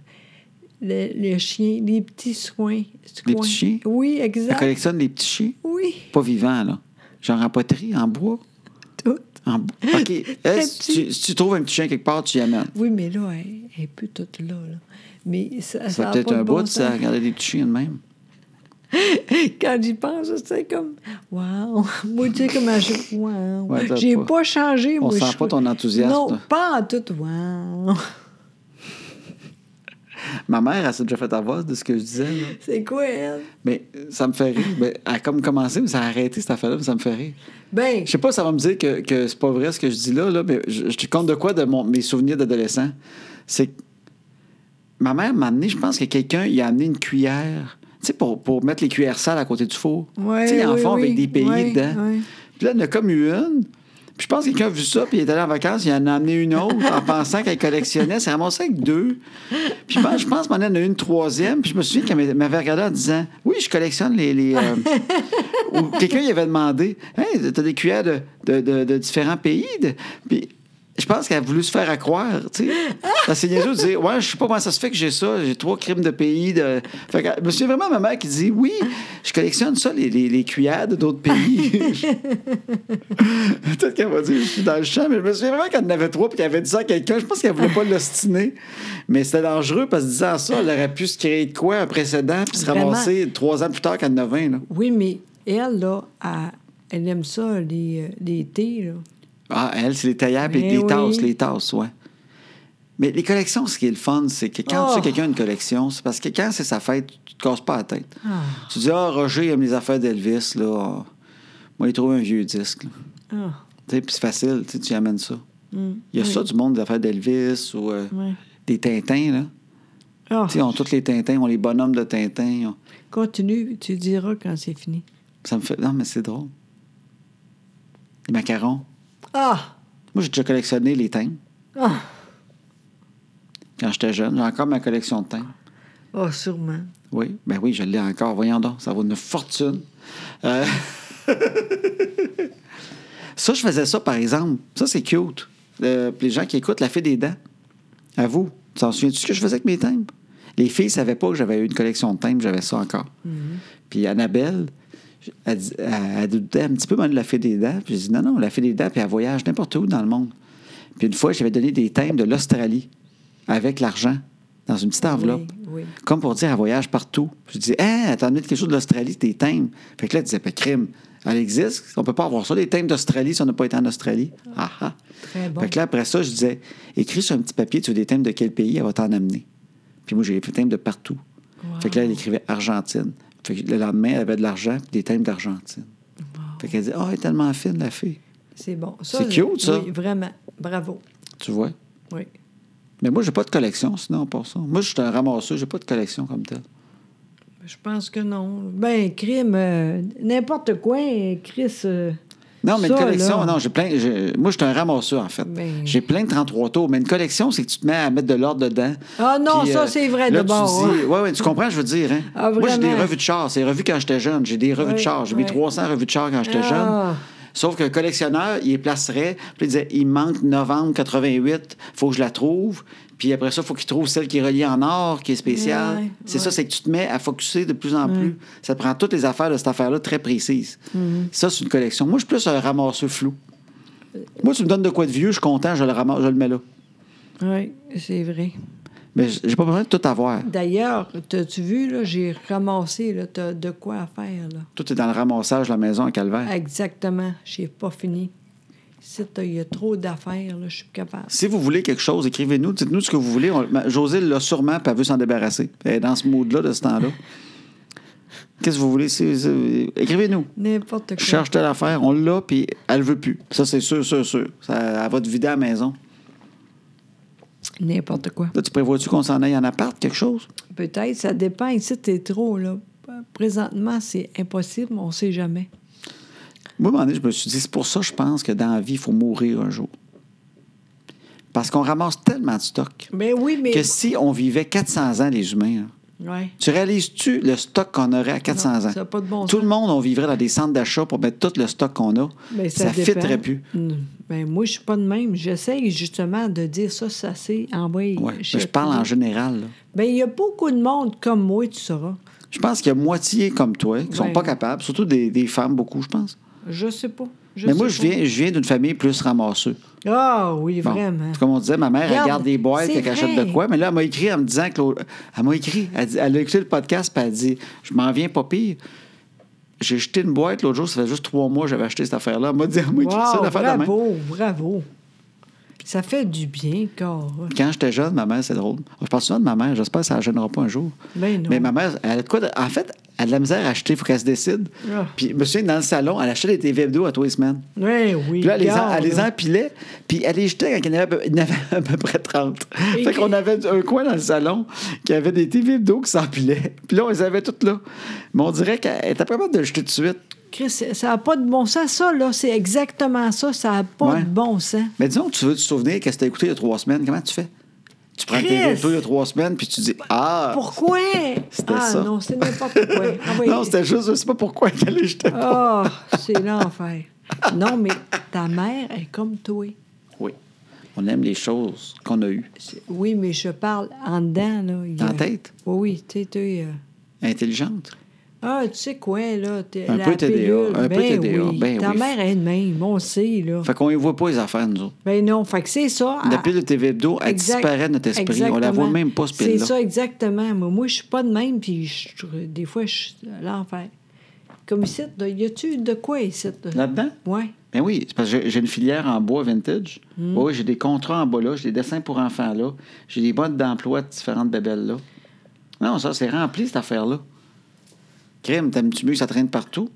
Speaker 2: Le, le chien, les petits soins.
Speaker 1: Les
Speaker 2: coins.
Speaker 1: petits chiens?
Speaker 2: Oui,
Speaker 1: Elle
Speaker 2: exact.
Speaker 1: collectionne les petits chiens,
Speaker 2: Oui,
Speaker 1: pas vivants, là. Genre en poterie, en bois.
Speaker 2: tout.
Speaker 1: En... bo- OK. Elle, si,
Speaker 2: petit.
Speaker 1: tu, si tu trouves un petit chien quelque part, tu y amènes.
Speaker 2: Oui, mais là, elle, elle est plus toute là, là. Mais ça,
Speaker 1: Ça
Speaker 2: a
Speaker 1: fait peut-être
Speaker 2: pas de
Speaker 1: un
Speaker 2: bon
Speaker 1: bout, ça,
Speaker 2: sens.
Speaker 1: regarder des petits chiens de même.
Speaker 2: Quand j'y pense, c'est comme Wow! Moi, tu sais comment je. Wow!
Speaker 1: Ouais, t'as
Speaker 2: hein. J'ai
Speaker 1: pas-
Speaker 2: pas. changé,
Speaker 1: On
Speaker 2: moi.
Speaker 1: sent
Speaker 2: je-
Speaker 1: pas ton enthousiasme.
Speaker 2: Non, pas en tout. Wow!
Speaker 1: Ma mère, elle s'est déjà fait avoir de ce que je disais. là.
Speaker 2: C'est quoi, elle?
Speaker 1: Mais ça me fait rire. Ben, elle a comme commencé, mais ça a arrêté cette affaire-là, mais ça me fait rire.
Speaker 2: Ben,
Speaker 1: Je sais pas, ça va me dire que, que c'est pas vrai ce que je dis là, là mais je, je te compte de quoi de mon, mes souvenirs d'adolescent. C'est que ma mère m'a amené, je pense que quelqu'un il a amené une cuillère, tu sais, pour, pour mettre les cuillères sales à côté du four.
Speaker 2: Ouais,
Speaker 1: tu sais, ils en
Speaker 2: oui,
Speaker 1: font
Speaker 2: oui.
Speaker 1: avec des pays
Speaker 2: Ouais,
Speaker 1: dedans.
Speaker 2: ouais.
Speaker 1: Puis là, il y en a comme eu une. Puis je pense que quelqu'un a vu ça, puis il est allé en vacances, il en a amené une autre en pensant qu'elle collectionnait. C'est ramassé avec deux. Puis je pense, je pense qu'on en a une troisième. Puis je me souviens qu'elle m'a- m'avait regardé en disant Oui, je collectionne les. les, euh, Ou quelqu'un lui avait demandé Hey, t'as des cuillères de, de- de- de différents pays. de- Puis je pense qu'elle a voulu se faire à croire. Tu sais. Parce que C'est niaiseux de dire Ouais, je sais pas comment ça se fait que j'ai ça. J'ai trois crimes de pays. De... Fait que, je me souviens vraiment de ma mère qui dit Oui, je collectionne ça, les, les- les cuillères de d'autres pays. Peut-être qu'elle va dire je suis dans le champ, mais je me souviens vraiment qu'elle en avait trois puis qu'elle avait dit ça à quelqu'un. Je pense qu'elle voulait pas l'ostiner. Mais c'était dangereux parce que disant ça, elle aurait pu se créer de quoi un précédent puis se
Speaker 2: Vraiment.
Speaker 1: ramasser trois ans plus tard qu'elle en a 20. Là.
Speaker 2: oui, mais elle, là, elle, elle aime ça, les, euh, les thés, là.
Speaker 1: Ah, elle, c'est les théières puis
Speaker 2: Mais
Speaker 1: les
Speaker 2: Eh oui.
Speaker 1: tasses, les tasses, ouais. Mais les collections, ce qui est le fun, c'est que quand tu sais
Speaker 2: Oh.
Speaker 1: que quelqu'un a une collection, c'est parce que quand c'est sa fête, tu te casses pas la tête.
Speaker 2: Ah.
Speaker 1: Tu dis, ah, Roger aime les affaires d'Elvis, là. Ah, Moi, il trouve un vieux disque. là.
Speaker 2: Ah,
Speaker 1: Tu sais, puis c'est facile, tu sais, tu y amènes ça.
Speaker 2: hum,
Speaker 1: Il y a
Speaker 2: oui,
Speaker 1: ça du monde des affaires d'Elvis ou euh,
Speaker 2: ouais.
Speaker 1: des Tintins, là.
Speaker 2: Ah,
Speaker 1: Tu sais, on a tous les Tintins, on a les bonhommes de Tintin. on-
Speaker 2: continue, tu diras quand c'est fini.
Speaker 1: Ça me fait. Non, mais c'est drôle. Les macarons.
Speaker 2: Ah!
Speaker 1: Moi, j'ai déjà collectionné les teintes
Speaker 2: Ah!
Speaker 1: quand j'étais jeune. J'ai encore ma collection de teintes.
Speaker 2: Ah, sûrement.
Speaker 1: Oui, ben oui, je l'ai encore. Voyons donc, ça vaut une fortune. Euh, ça, je faisais ça, par exemple. Ça, c'est cute. Euh, puis les gens qui écoutent La Fée des Dents, à vous, tu t'en souviens-tu ce que je faisais avec mes timbres? Les filles ne savaient pas que j'avais eu une collection de timbres, j'avais ça encore. Puis Annabelle, elle, dis- elle- elle doutait un petit peu même de La Fée des Dents. Puis j'ai dit non, non, La Fée des Dents, puis elle voyage n'importe où dans le monde. Puis une fois, j'avais donné des timbres de l'Australie avec l'argent dans une petite enveloppe.
Speaker 2: oui.
Speaker 1: Comme pour dire, elle voyage partout. Je disais, hey, elle t'a amené quelque chose de l'Australie, tes timbres. Fait que là, elle disait, ben, crime, elle existe. On peut pas avoir ça, les timbres d'Australie, si on n'a pas été en Australie. Ah, ah.
Speaker 2: Très bon.
Speaker 1: Fait que là, après ça, je disais, écris sur un petit papier, tu veux des timbres de quel pays, elle va t'en amener. Puis moi, j'ai des timbres de partout.
Speaker 2: Wow.
Speaker 1: Fait que là, elle écrivait Argentine. Fait que le lendemain, elle avait de l'argent, puis des timbres d'Argentine. Fait qu'elle disait, oh, elle est tellement fine, la fille.
Speaker 2: C'est bon. Ça,
Speaker 1: C'est cute, ça.
Speaker 2: Oui, vraiment. Bravo.
Speaker 1: Tu vois?
Speaker 2: Oui.
Speaker 1: Mais moi, j'ai pas de collection, sinon, pour ça. Moi, je suis un ramasseur, j'ai pas de collection comme telle.
Speaker 2: Ben, Je pense que non. Ben, crime, euh, n'importe quoi, euh, Chris. euh,
Speaker 1: Non, mais
Speaker 2: ça,
Speaker 1: une collection,
Speaker 2: là.
Speaker 1: non, j'ai plein. j'ai- moi, je suis un ramasseur, en fait.
Speaker 2: Ben-
Speaker 1: J'ai plein de 33 tours, mais une collection, c'est que tu te mets à mettre de l'ordre dedans.
Speaker 2: Ah non,
Speaker 1: Puis, euh,
Speaker 2: ça, c'est vrai,
Speaker 1: là,
Speaker 2: de
Speaker 1: tu
Speaker 2: bord, hein.
Speaker 1: dis- ouais, ouais, tu comprends, je veux dire. Hein?
Speaker 2: Ah,
Speaker 1: moi, j'ai des
Speaker 2: vraiment?
Speaker 1: revues de char. C'est revues quand j'étais jeune. J'ai des revues de
Speaker 2: Oui,
Speaker 1: char. J'ai mis
Speaker 2: oui.
Speaker 1: 300 revues de char quand j'étais
Speaker 2: Ah.
Speaker 1: jeune. Sauf qu'un collectionneur, il les placerait, puis il disait il manque novembre 88, faut que je la trouve. Puis après ça, faut qu'il trouve celle qui est reliée en or, qui est spéciale.
Speaker 2: Ouais,
Speaker 1: c'est
Speaker 2: ouais. Mm.
Speaker 1: ça, c'est que tu te mets à focuser de plus en plus. Ça te prend toutes les affaires de cette affaire-là très précises.
Speaker 2: Mm-hmm.
Speaker 1: Ça, c'est une collection. Moi, je suis plus un ramasseur flou. Moi, tu me donnes de quoi de vieux, je suis content, je le, ramasse, je le mets là.
Speaker 2: Oui, c'est vrai.
Speaker 1: Mais j'ai pas besoin de tout avoir.
Speaker 2: D'ailleurs, t'as-tu vu, là, j'ai ramassé, là, t'as de quoi à faire, là.
Speaker 1: Tout est dans le ramassage de la maison à Calvaire.
Speaker 2: Exactement. J'ai pas fini. Si t'as- il y a trop d'affaires, là, je suis plus capable.
Speaker 1: Si vous voulez quelque chose, écrivez-nous, dites-nous ce que vous voulez. On- ma- Josée l'a sûrement, puis elle veut s'en débarrasser. Elle est dans ce mood-là, de ce temps-là. Qu'est-ce que vous voulez? C'est- c'est- Écrivez-nous.
Speaker 2: N'importe quoi.
Speaker 1: Je cherche telle affaire, on l'a, puis elle veut plus. Ça, c'est sûr, sûr, sûr. Ça, elle va te vider à la maison.
Speaker 2: N'importe quoi.
Speaker 1: Là, tu prévois-tu qu'on s'en aille en appart, quelque chose?
Speaker 2: Peut-être, ça dépend. Ici, t'es trop, là. Présentement, c'est impossible, mais on sait jamais.
Speaker 1: Moi, à un moment donné, je me suis dit, c'est pour ça, je pense que dans la vie, il faut mourir un jour. Parce qu'on ramasse tellement de stock
Speaker 2: Mais Ben oui, mais.
Speaker 1: que si on vivait 400 ans, les humains, là,
Speaker 2: Ouais.
Speaker 1: tu réalises-tu le stock qu'on aurait à 400
Speaker 2: Non,
Speaker 1: ans?
Speaker 2: ça a pas de bon
Speaker 1: Tout
Speaker 2: sens.
Speaker 1: le monde, on vivrait dans des centres d'achat pour mettre tout le stock qu'on a.
Speaker 2: Mais
Speaker 1: ça
Speaker 2: ça
Speaker 1: ne
Speaker 2: dépend.
Speaker 1: fitterait plus.
Speaker 2: Mm. Ben, moi, je suis pas de même. J'essaye justement de dire ça, ça, c'est envoyé.
Speaker 1: Ouais. Mais Je parle en général. là.
Speaker 2: Ben, il y a beaucoup de monde comme moi, tu sauras.
Speaker 1: Je pense qu'il y a moitié comme toi qui ne sont
Speaker 2: Ouais.
Speaker 1: pas capables, surtout des, des femmes, beaucoup, je pense.
Speaker 2: Je sais pas. Je
Speaker 1: Mais moi, je
Speaker 2: sais pas.
Speaker 1: viens, je viens d'une famille plus ramasseuse.
Speaker 2: Ah oui,
Speaker 1: Bon,
Speaker 2: vraiment.
Speaker 1: Comme on disait, ma mère, elle
Speaker 2: Regarde,
Speaker 1: garde des boîtes,
Speaker 2: c'est
Speaker 1: elle achète de
Speaker 2: vrai.
Speaker 1: quoi. Mais là, elle m'a écrit en me disant que l'autre- Elle m'a écrit. Elle, dit- elle a écouté le podcast, puis elle dit Je m'en viens pas pire. J'ai jeté une boîte l'autre jour, ça fait juste trois mois que j'avais acheté cette affaire-là. Elle m'a dit Elle m'a écrit ça,
Speaker 2: Wow,
Speaker 1: une affaire de même.
Speaker 2: bravo, bravo. Ça fait du bien, Cara.
Speaker 1: Quand j'étais jeune, ma mère, c'est drôle. Je parle souvent de ma mère, j'espère que ça ne la gênera pas un jour.
Speaker 2: Ben non.
Speaker 1: Mais ma mère, elle a de quoi de- En fait, elle a de la misère à acheter, il faut qu'elle se décide.
Speaker 2: Ah.
Speaker 1: Puis, je me souviens, dans le salon, elle achetait des TV vidéo à tous les semaines.
Speaker 2: Ouais, oui,
Speaker 1: Puis là, elle les, en-
Speaker 2: Cara,
Speaker 1: elle les
Speaker 2: là.
Speaker 1: empilait, puis elle les jetait quand il y en avait, à peu- il y en avait à peu près 30.
Speaker 2: Et
Speaker 1: fait qu'on
Speaker 2: que-
Speaker 1: avait un coin dans le salon qui avait des TV vidéo qui s'empilaient. Puis là, on les avait toutes là. Mais on dirait qu'elle était pas capable de le jeter tout de suite.
Speaker 2: Chris, ça n'a pas de bon sens, ça, là. C'est exactement ça. Ça n'a pas
Speaker 1: Ouais.
Speaker 2: de bon sens.
Speaker 1: Mais disons que tu veux te souvenir qu'est-ce que t'as écouté il y a trois semaines. Comment tu fais? Tu prends tes
Speaker 2: Chris!
Speaker 1: vidéos il y a trois semaines, puis tu dis Ah!
Speaker 2: Pourquoi?
Speaker 1: C'était
Speaker 2: ah,
Speaker 1: ça.
Speaker 2: non, c'est n'importe quoi. Ah oui.
Speaker 1: Non, c'était juste, je sais pas pourquoi qu'elle les jetait pas.
Speaker 2: Ah, c'est l'enfer. Non, mais ta mère est comme toi.
Speaker 1: Oui. On aime les choses qu'on a eues.
Speaker 2: C'est- Oui, mais je parle en dedans, là. il y a-
Speaker 1: Dans la tête?
Speaker 2: Oui, oui, tu sais, tu sais, euh,
Speaker 1: Intelligente.
Speaker 2: Ah, tu sais quoi, là? t'es-
Speaker 1: Un
Speaker 2: la
Speaker 1: peu TDA,
Speaker 2: pilule,
Speaker 1: un peu
Speaker 2: ben
Speaker 1: TDA,
Speaker 2: oui.
Speaker 1: ben
Speaker 2: Ta
Speaker 1: oui.
Speaker 2: mère est de même, on sait, là.
Speaker 1: Fait qu'on ne voit pas les affaires, nous autres.
Speaker 2: Ben non, fait que c'est ça.
Speaker 1: La
Speaker 2: ah,
Speaker 1: pile de TV hebdo, elle
Speaker 2: exact-
Speaker 1: disparaît de notre esprit. On la voit
Speaker 2: exactement.
Speaker 1: même pas, ce
Speaker 2: C'est
Speaker 1: pile-là.
Speaker 2: ça, exactement. Moi, moi je suis pas de même, puis je- des fois, je suis à l'enfer. Comme ici, là, y a-tu de quoi ici? là?
Speaker 1: Là-dedans?
Speaker 2: Ouais.
Speaker 1: Ben oui, c'est parce que j'ai- j'ai une filière en bois vintage.
Speaker 2: Hmm.
Speaker 1: Oui, j'ai des contrats en bas là, j'ai des dessins pour enfants là, j'ai des boîtes d'emploi de différentes bébelles là. Non, ça, c'est rempli, cette affaire-là. Crime, t'aimes-tu mieux que ça traîne partout?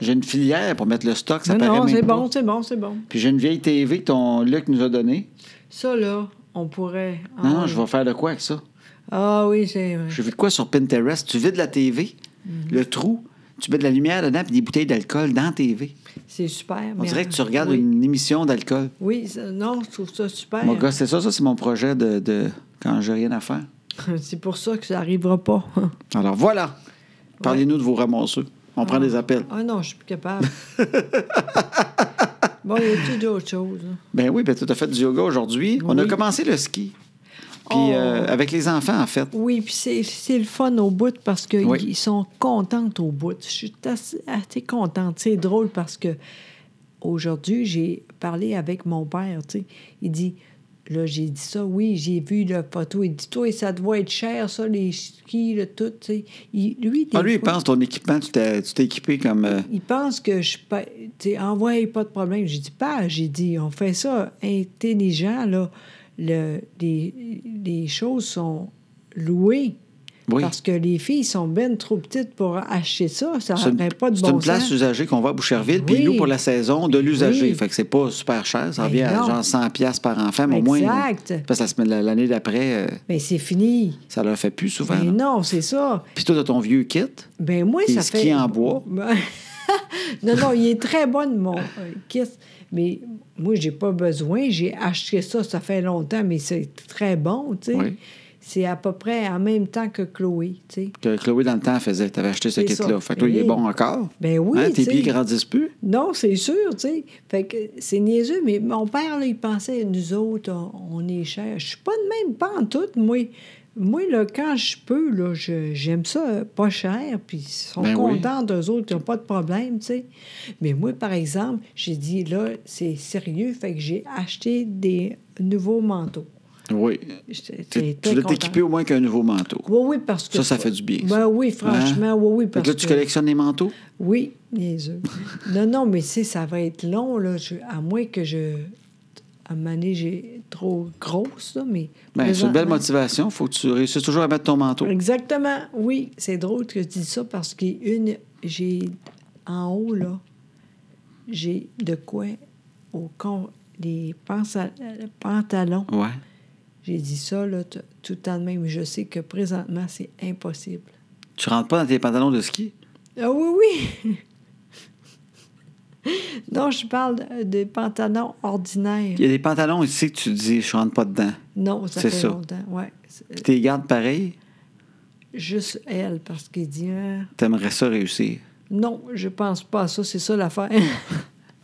Speaker 1: J'ai une filière pour mettre le stock, ça
Speaker 2: Non,
Speaker 1: paraît
Speaker 2: non,
Speaker 1: même
Speaker 2: c'est
Speaker 1: pas.
Speaker 2: bon, c'est bon, c'est bon.
Speaker 1: Puis j'ai une vieille TV que ton Luc nous a donnée.
Speaker 2: Ça, là, on pourrait.
Speaker 1: Non, non, je vais faire de quoi avec ça?
Speaker 2: Ah oui, c'est vrai.
Speaker 1: J'ai vu de quoi sur Pinterest? Tu vides la TV,
Speaker 2: Mhm.
Speaker 1: le trou, tu mets de la lumière dedans puis des bouteilles d'alcool dans la TV.
Speaker 2: C'est super.
Speaker 1: On
Speaker 2: mais-
Speaker 1: dirait que tu regardes
Speaker 2: oui.
Speaker 1: une émission d'alcool.
Speaker 2: Oui, ça- non, je trouve ça super.
Speaker 1: Mon gars, c'est ça, ça, c'est mon projet de, de quand j'ai rien à faire.
Speaker 2: C'est pour ça que ça n'arrivera pas.
Speaker 1: Alors voilà. Parlez-nous de vos ramasseux. On prend des appels.
Speaker 2: Ah non, je suis plus capable. bon, y a-tu d'autres choses? là?
Speaker 1: Ben oui, ben tu as fait du yoga aujourd'hui. On a
Speaker 2: Oui.
Speaker 1: commencé le ski. Puis
Speaker 2: Oh.
Speaker 1: euh, avec les enfants, en fait.
Speaker 2: Oui, puis c'est- c'est le fun au bout parce qu'ils
Speaker 1: Oui.
Speaker 2: sont contents au bout. Je suis assez, assez contente. C'est drôle parce que aujourd'hui, j'ai parlé avec mon père. tu sais. Il dit Là, j'ai dit ça, oui, j'ai vu la photo. Il dit Toi, ça doit être cher, ça, les skis, le tout. tu sais. Il, lui, des
Speaker 1: Ah, lui, il
Speaker 2: fois,
Speaker 1: pense ton équipement, tu t'es tu t'es équipé comme. euh,
Speaker 2: Il pense que je pa- tu sais, envoie pas de problème. J'ai dit pas, j'ai dit on fait ça intelligent là. Le, les, les choses sont louées.
Speaker 1: Oui.
Speaker 2: Parce que les filles sont ben trop petites pour acheter ça. Ça
Speaker 1: C'est une,
Speaker 2: n'aurait pas de
Speaker 1: c'est
Speaker 2: bon
Speaker 1: une place
Speaker 2: sens.
Speaker 1: usagée qu'on va à Boucherville, puis il
Speaker 2: Oui.
Speaker 1: loue pour la saison de l'usager.
Speaker 2: Oui.
Speaker 1: Fait que c'est pas super cher. Ça
Speaker 2: Ben
Speaker 1: revient à
Speaker 2: non.
Speaker 1: genre 100$ piastres par enfant, mais au moins.
Speaker 2: Exact.
Speaker 1: euh, Parce que la semaine- la- l'année d'après, euh,
Speaker 2: Mais c'est fini.
Speaker 1: ça leur fait plus souvent.
Speaker 2: Mais
Speaker 1: là.
Speaker 2: Ben non, c'est ça.
Speaker 1: Puis toi, t'as ton vieux kit.
Speaker 2: Ben moi,
Speaker 1: Des
Speaker 2: ça
Speaker 1: skis
Speaker 2: fait.
Speaker 1: en bois.
Speaker 2: Ben- non, non, il est très bon, mon euh, kit. Mais moi, j'ai pas besoin. J'ai acheté ça, ça fait longtemps, mais c'est très bon, tu sais.
Speaker 1: Oui.
Speaker 2: C'est à peu près en même temps que Chloé, tu sais.
Speaker 1: que Chloé, dans le temps, faisait. Tu avais acheté ce
Speaker 2: C'est
Speaker 1: kit-là.
Speaker 2: ça.
Speaker 1: Fait que toi, il est
Speaker 2: Oui.
Speaker 1: bon encore.
Speaker 2: Ben oui,
Speaker 1: Hein, Tes
Speaker 2: tu sais.
Speaker 1: pieds grandissent plus.
Speaker 2: Non, c'est sûr, tu sais. Fait que c'est niaiseux, mais mon père, là, il pensait, nous autres, on, on est chers. Je suis pas de même, pas en tout, moi. Moi, là, quand je peux, là, je- j'aime ça euh, pas cher, puis ils sont
Speaker 1: Ben oui.
Speaker 2: contents d'eux autres, ils n'ont pas de problème, tu sais. Mais moi, par exemple, j'ai dit, là, c'est sérieux, fait que j'ai acheté des nouveaux manteaux.
Speaker 1: Oui.
Speaker 2: J'étais
Speaker 1: Tu
Speaker 2: très
Speaker 1: tu dois
Speaker 2: contente.
Speaker 1: t'équiper au moins qu'un nouveau manteau.
Speaker 2: Oui, oui, parce que...
Speaker 1: Ça, ça fait du bien, ça.
Speaker 2: Ben oui, franchement,
Speaker 1: Hein?
Speaker 2: oui, oui,
Speaker 1: Fait
Speaker 2: parce
Speaker 1: que là, tu collectionnes les manteaux?
Speaker 2: oui, niaiseux. non, non, mais tu sais, ça va être long, là. je- à moins que je. À un moment donné, j'ai trop grosse, là, mais.
Speaker 1: Ben, c'est une belle
Speaker 2: présentement-
Speaker 1: motivation. faut que tu réussisses toujours à mettre ton manteau.
Speaker 2: Exactement, oui. C'est drôle que tu dis ça parce qu'une, j'ai. En haut, là, j'ai de quoi au con. Les pansa- pantalons.
Speaker 1: Ouais.
Speaker 2: J'ai dit ça, là, t- tout le temps de même. Je sais que présentement, c'est impossible.
Speaker 1: Tu rentres pas dans tes pantalons de ski?
Speaker 2: Ah oui, oui! Non, je parle des pantalons ordinaires.
Speaker 1: Il y a des pantalons ici que tu dis, je rentre pas dedans.
Speaker 2: Non, ça
Speaker 1: C'est
Speaker 2: fait
Speaker 1: ça.
Speaker 2: longtemps. Ouais. C'est-
Speaker 1: Puis t'es gardes pareil,
Speaker 2: Juste elle, parce qu'il dit Ah,
Speaker 1: t'aimerais ça réussir.
Speaker 2: Non, je pense pas à ça, c'est ça l'affaire.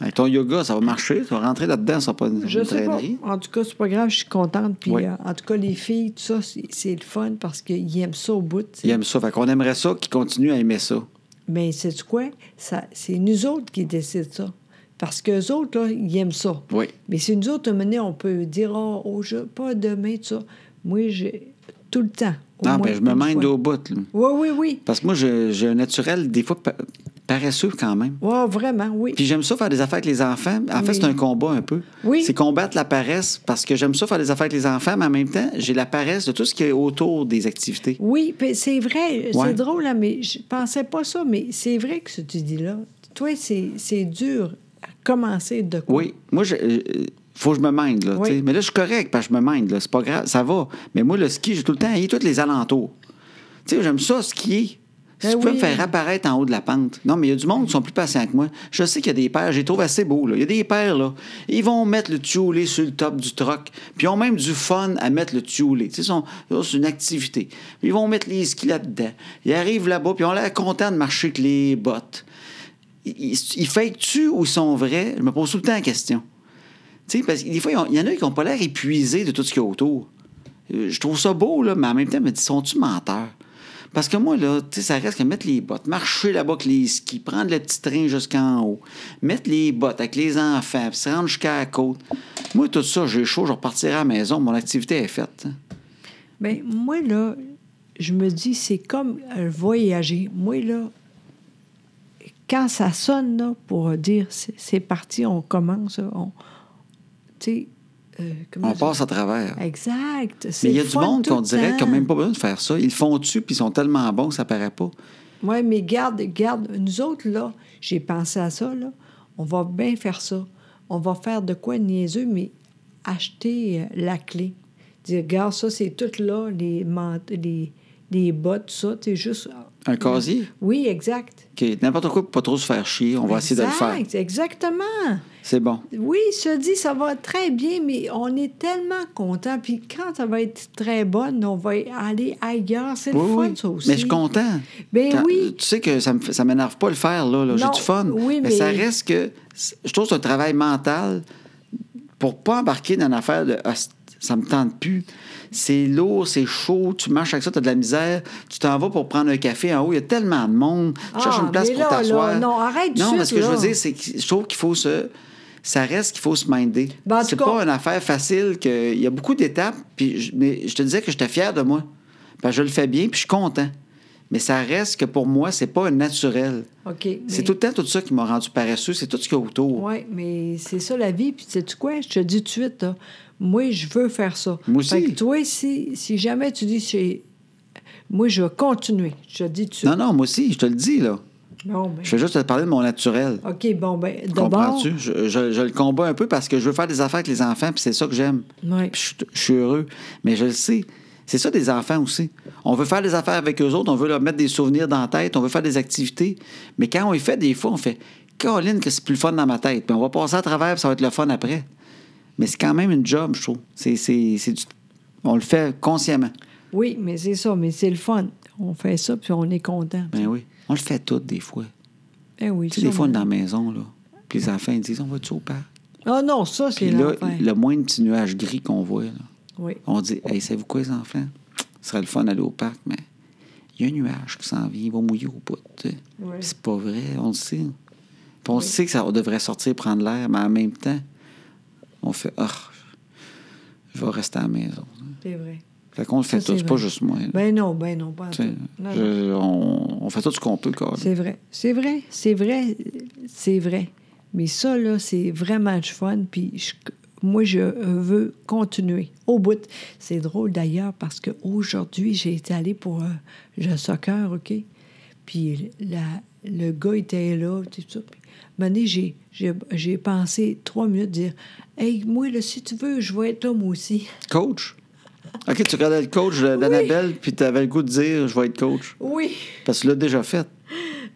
Speaker 1: Avec ton yoga, ça va marcher, tu vas rentrer là-dedans, ça va pas une,
Speaker 2: je
Speaker 1: une
Speaker 2: sais pas.
Speaker 1: traînerie.
Speaker 2: En tout cas, c'est pas grave, je suis contente. Puis
Speaker 1: Oui.
Speaker 2: euh, en tout cas, les filles, tout ça, c'est c'est le fun parce qu'ils aiment ça au bout. tu sais.
Speaker 1: Ils aiment ça. Fait qu'on aimerait ça qu'ils continuent à aimer ça.
Speaker 2: Mais c'est quoi? Ça, c'est nous autres qui décident ça. Parce qu'eux autres, là, ils aiment ça.
Speaker 1: Oui.
Speaker 2: Mais si nous autres, à un moment donné, on peut dire, oh, oh, je- pas demain, tout ça. Moi, j'ai tout le temps. au
Speaker 1: non,
Speaker 2: moins
Speaker 1: ben, je me
Speaker 2: une
Speaker 1: mène
Speaker 2: fois.
Speaker 1: au bout. là.
Speaker 2: Oui, oui, oui.
Speaker 1: Parce que moi, je- j'ai un naturel, des fois, pa- paresseux quand même.
Speaker 2: Oh, vraiment, oui.
Speaker 1: Puis j'aime ça faire des affaires avec les enfants. En fait,
Speaker 2: Mais-
Speaker 1: c'est un combat un peu.
Speaker 2: Oui.
Speaker 1: C'est combattre la paresse parce que j'aime ça faire des affaires avec les enfants, mais en même temps, j'ai la paresse de tout ce qui est autour des activités.
Speaker 2: Oui, puis c'est
Speaker 1: Ouais.
Speaker 2: vrai. C'est drôle, hein, mais je pensais pas ça. Mais c'est vrai que ce que tu dis là, toi, c'est c'est dur à commencer de quoi.
Speaker 1: Oui. Moi, je, euh, faut que je me mende, là.
Speaker 2: Oui.
Speaker 1: tu sais. Mais là, je suis correct parce que je me mende, là. C'est pas grave. Ça va. Mais moi, le ski, j'ai tout le temps haï tous les alentours. Tu sais, j'aime ça, skier. Si
Speaker 2: Ben
Speaker 1: tu peux
Speaker 2: oui.
Speaker 1: me faire apparaître en haut de la pente. Non, mais il y a du monde qui sont plus patients que moi. Je sais qu'il y a des pères, j'ai trouve assez beau. là. Il y a des pères, là. Ils vont mettre le tioulé sur le top du troc, puis ils ont même du fun à mettre le tioulé. Tu sais, son- là, c'est une activité. Ils vont mettre les skis là-dedans. Ils arrivent là-bas, puis ils ont l'air contents de marcher avec les bottes. Ils, ils fake-tu ou ils sont vrais? Je me pose tout le temps la question. Tu sais, parce que des fois, ils ont- il y en a qui n'ont pas l'air épuisés de tout ce qu'il y a autour. Euh, Je trouve ça beau, là, mais en même temps, je me dis, sont-tu menteurs? Parce que moi, là, tu sais, ça reste que mettre les bottes, marcher là-bas avec les skis, prendre le petit train jusqu'en haut, mettre les bottes avec les enfants, puis se rendre jusqu'à la côte. Moi, tout ça, j'ai chaud, je repartirai à la maison, mon activité est faite. hein.
Speaker 2: Ben, moi, là, je me dis, c'est comme euh, voyager. Moi, là, quand ça sonne, là, pour dire c'est c'est parti, on commence, on. Tu sais, euh, comment
Speaker 1: On
Speaker 2: dire?
Speaker 1: passe à travers.
Speaker 2: Exact.
Speaker 1: Mais
Speaker 2: c'est
Speaker 1: il y a
Speaker 2: le
Speaker 1: du
Speaker 2: fun
Speaker 1: monde
Speaker 2: tout
Speaker 1: qu'on
Speaker 2: le
Speaker 1: dirait qu'ils n'ont
Speaker 2: temps.
Speaker 1: même pas besoin de faire ça. Ils le font dessus, puis ils sont tellement bons que ça paraît pas.
Speaker 2: Oui, mais garde, garde. Nous autres, là, j'ai pensé à ça, là. On va bien faire ça. On va faire de quoi de niaiseux, mais acheter euh, la clé. Dire, regarde, ça, c'est tout là, les, man- les, les bottes, tout ça, c'est juste...
Speaker 1: Un casier,
Speaker 2: Oui, exact.
Speaker 1: OK, n'importe quoi pour pas trop se faire chier, on va essayer de le faire.
Speaker 2: Exact, Exactement.
Speaker 1: C'est bon.
Speaker 2: Oui, se dit, ça va très bien, mais on est tellement content. Puis quand ça va être très bonne, on va aller ailleurs. C'est
Speaker 1: Oui,
Speaker 2: le fun,
Speaker 1: oui.
Speaker 2: ça aussi.
Speaker 1: Mais je suis content.
Speaker 2: Ben
Speaker 1: Quand-
Speaker 2: oui.
Speaker 1: Tu sais que ça me fait- ça m'énerve pas le faire, là. là. J'ai
Speaker 2: Non,
Speaker 1: du fun.
Speaker 2: oui,
Speaker 1: mais... ça
Speaker 2: mais-
Speaker 1: reste que. c'est- Je trouve que c'est un travail mental pour pas embarquer dans une affaire de. Ah, c'est- ça me tente plus. C'est lourd, c'est chaud, tu marches avec ça, tu as de la misère, tu t'en vas pour prendre un café en haut, il y a tellement de monde, tu
Speaker 2: Ah,
Speaker 1: cherches une place
Speaker 2: mais
Speaker 1: pour
Speaker 2: là,
Speaker 1: t'asseoir.
Speaker 2: là, non, arrête tout
Speaker 1: Non,
Speaker 2: de
Speaker 1: mais ce
Speaker 2: suite,
Speaker 1: que je
Speaker 2: là.
Speaker 1: veux dire, c'est que je trouve qu'il faut se. Ça reste qu'il faut se minder.
Speaker 2: Ben, en tout
Speaker 1: c'est
Speaker 2: cas-
Speaker 1: pas une affaire facile, que... il y a beaucoup d'étapes, puis je... mais je te disais que j'étais fier de moi. Parce que je le fais bien, puis je suis content. Mais ça reste que pour moi, c'est pas un naturel.
Speaker 2: OK. mais-
Speaker 1: C'est tout le temps tout ça qui m'a rendu paresseux, c'est tout ce qu'il y a autour.
Speaker 2: Oui, mais c'est ça la vie. Puis sais-tu quoi? Je te dis tout de suite, là, moi, je veux faire ça.
Speaker 1: Moi aussi.
Speaker 2: Fait que toi, si, si jamais tu dis, c'est- moi, je vais continuer. Je te dis tout de suite.
Speaker 1: Non, non, moi aussi, je te le dis, là.
Speaker 2: Bon, ben,
Speaker 1: Je vais juste te parler de mon naturel.
Speaker 2: OK, bon, ben, d'abord...
Speaker 1: Comprends-tu? Je, je- je le combats un peu parce que je veux faire des affaires avec les enfants, puis c'est ça que j'aime.
Speaker 2: Ouais.
Speaker 1: Puis je, suis- je suis heureux. Mais je le sais. C'est ça des enfants aussi. On veut faire des affaires avec eux autres, on veut leur mettre des souvenirs dans la tête, on veut faire des activités. Mais quand on les fait, des fois, on fait Caroline, que c'est plus le fun dans ma tête. Puis on va passer à travers, puis ça va être le fun après. Mais c'est quand même une job, je trouve. C'est, c'est- c'est du- On le fait consciemment.
Speaker 2: Oui, mais c'est ça, mais c'est le fun. On fait ça, puis on est content.
Speaker 1: Ben oui. On le fait tout, des fois.
Speaker 2: Ben oui,
Speaker 1: Tu sais, des
Speaker 2: ça,
Speaker 1: fois, on est
Speaker 2: moi.
Speaker 1: dans la maison, là. Puis les enfants, ils disent On va-tu au parc?
Speaker 2: Ah non, ça,
Speaker 1: Puis
Speaker 2: c'est
Speaker 1: là,
Speaker 2: l'enfer.
Speaker 1: le moindre petit nuage gris qu'on voit, là,
Speaker 2: Oui.
Speaker 1: on dit Hey, savez-vous quoi, les enfants Ce serait le fun d'aller au parc, mais il y a un nuage qui s'en vient, il va mouiller au bout. tu sais.
Speaker 2: Ouais.
Speaker 1: Puis C'est pas vrai, on le sait. Puis on sait que ça on devrait sortir prendre l'air, mais en même temps, on fait Ah, je vais rester à la maison.
Speaker 2: C'est vrai.
Speaker 1: Fait qu'on le fait
Speaker 2: Ça,
Speaker 1: tout,
Speaker 2: c'est
Speaker 1: c'est pas
Speaker 2: vrai.
Speaker 1: juste moi. là.
Speaker 2: Ben non, ben non, pas en
Speaker 1: Tu sais,
Speaker 2: tout. Non, non.
Speaker 1: je- on, on fait tout ce qu'on peut, quand
Speaker 2: C'est vrai. C'est vrai. C'est vrai. C'est vrai. Mais ça, là, c'est vraiment du fun. Puis je- moi, je veux continuer au bout. C'est drôle d'ailleurs parce qu'aujourd'hui, j'ai été allée pour euh, le soccer, OK? Puis la- le gars était là, tout ça. Puis, à un moment donné, j'ai- j'ai j'ai pensé trois minutes dire Hey, moi, là, si tu veux, je vais être là, moi aussi.
Speaker 1: Coach OK, tu regardais le coach de- d'Annabelle, puis tu avais le goût de dire Je vais être coach.
Speaker 2: Oui.
Speaker 1: Parce que tu l'as déjà fait.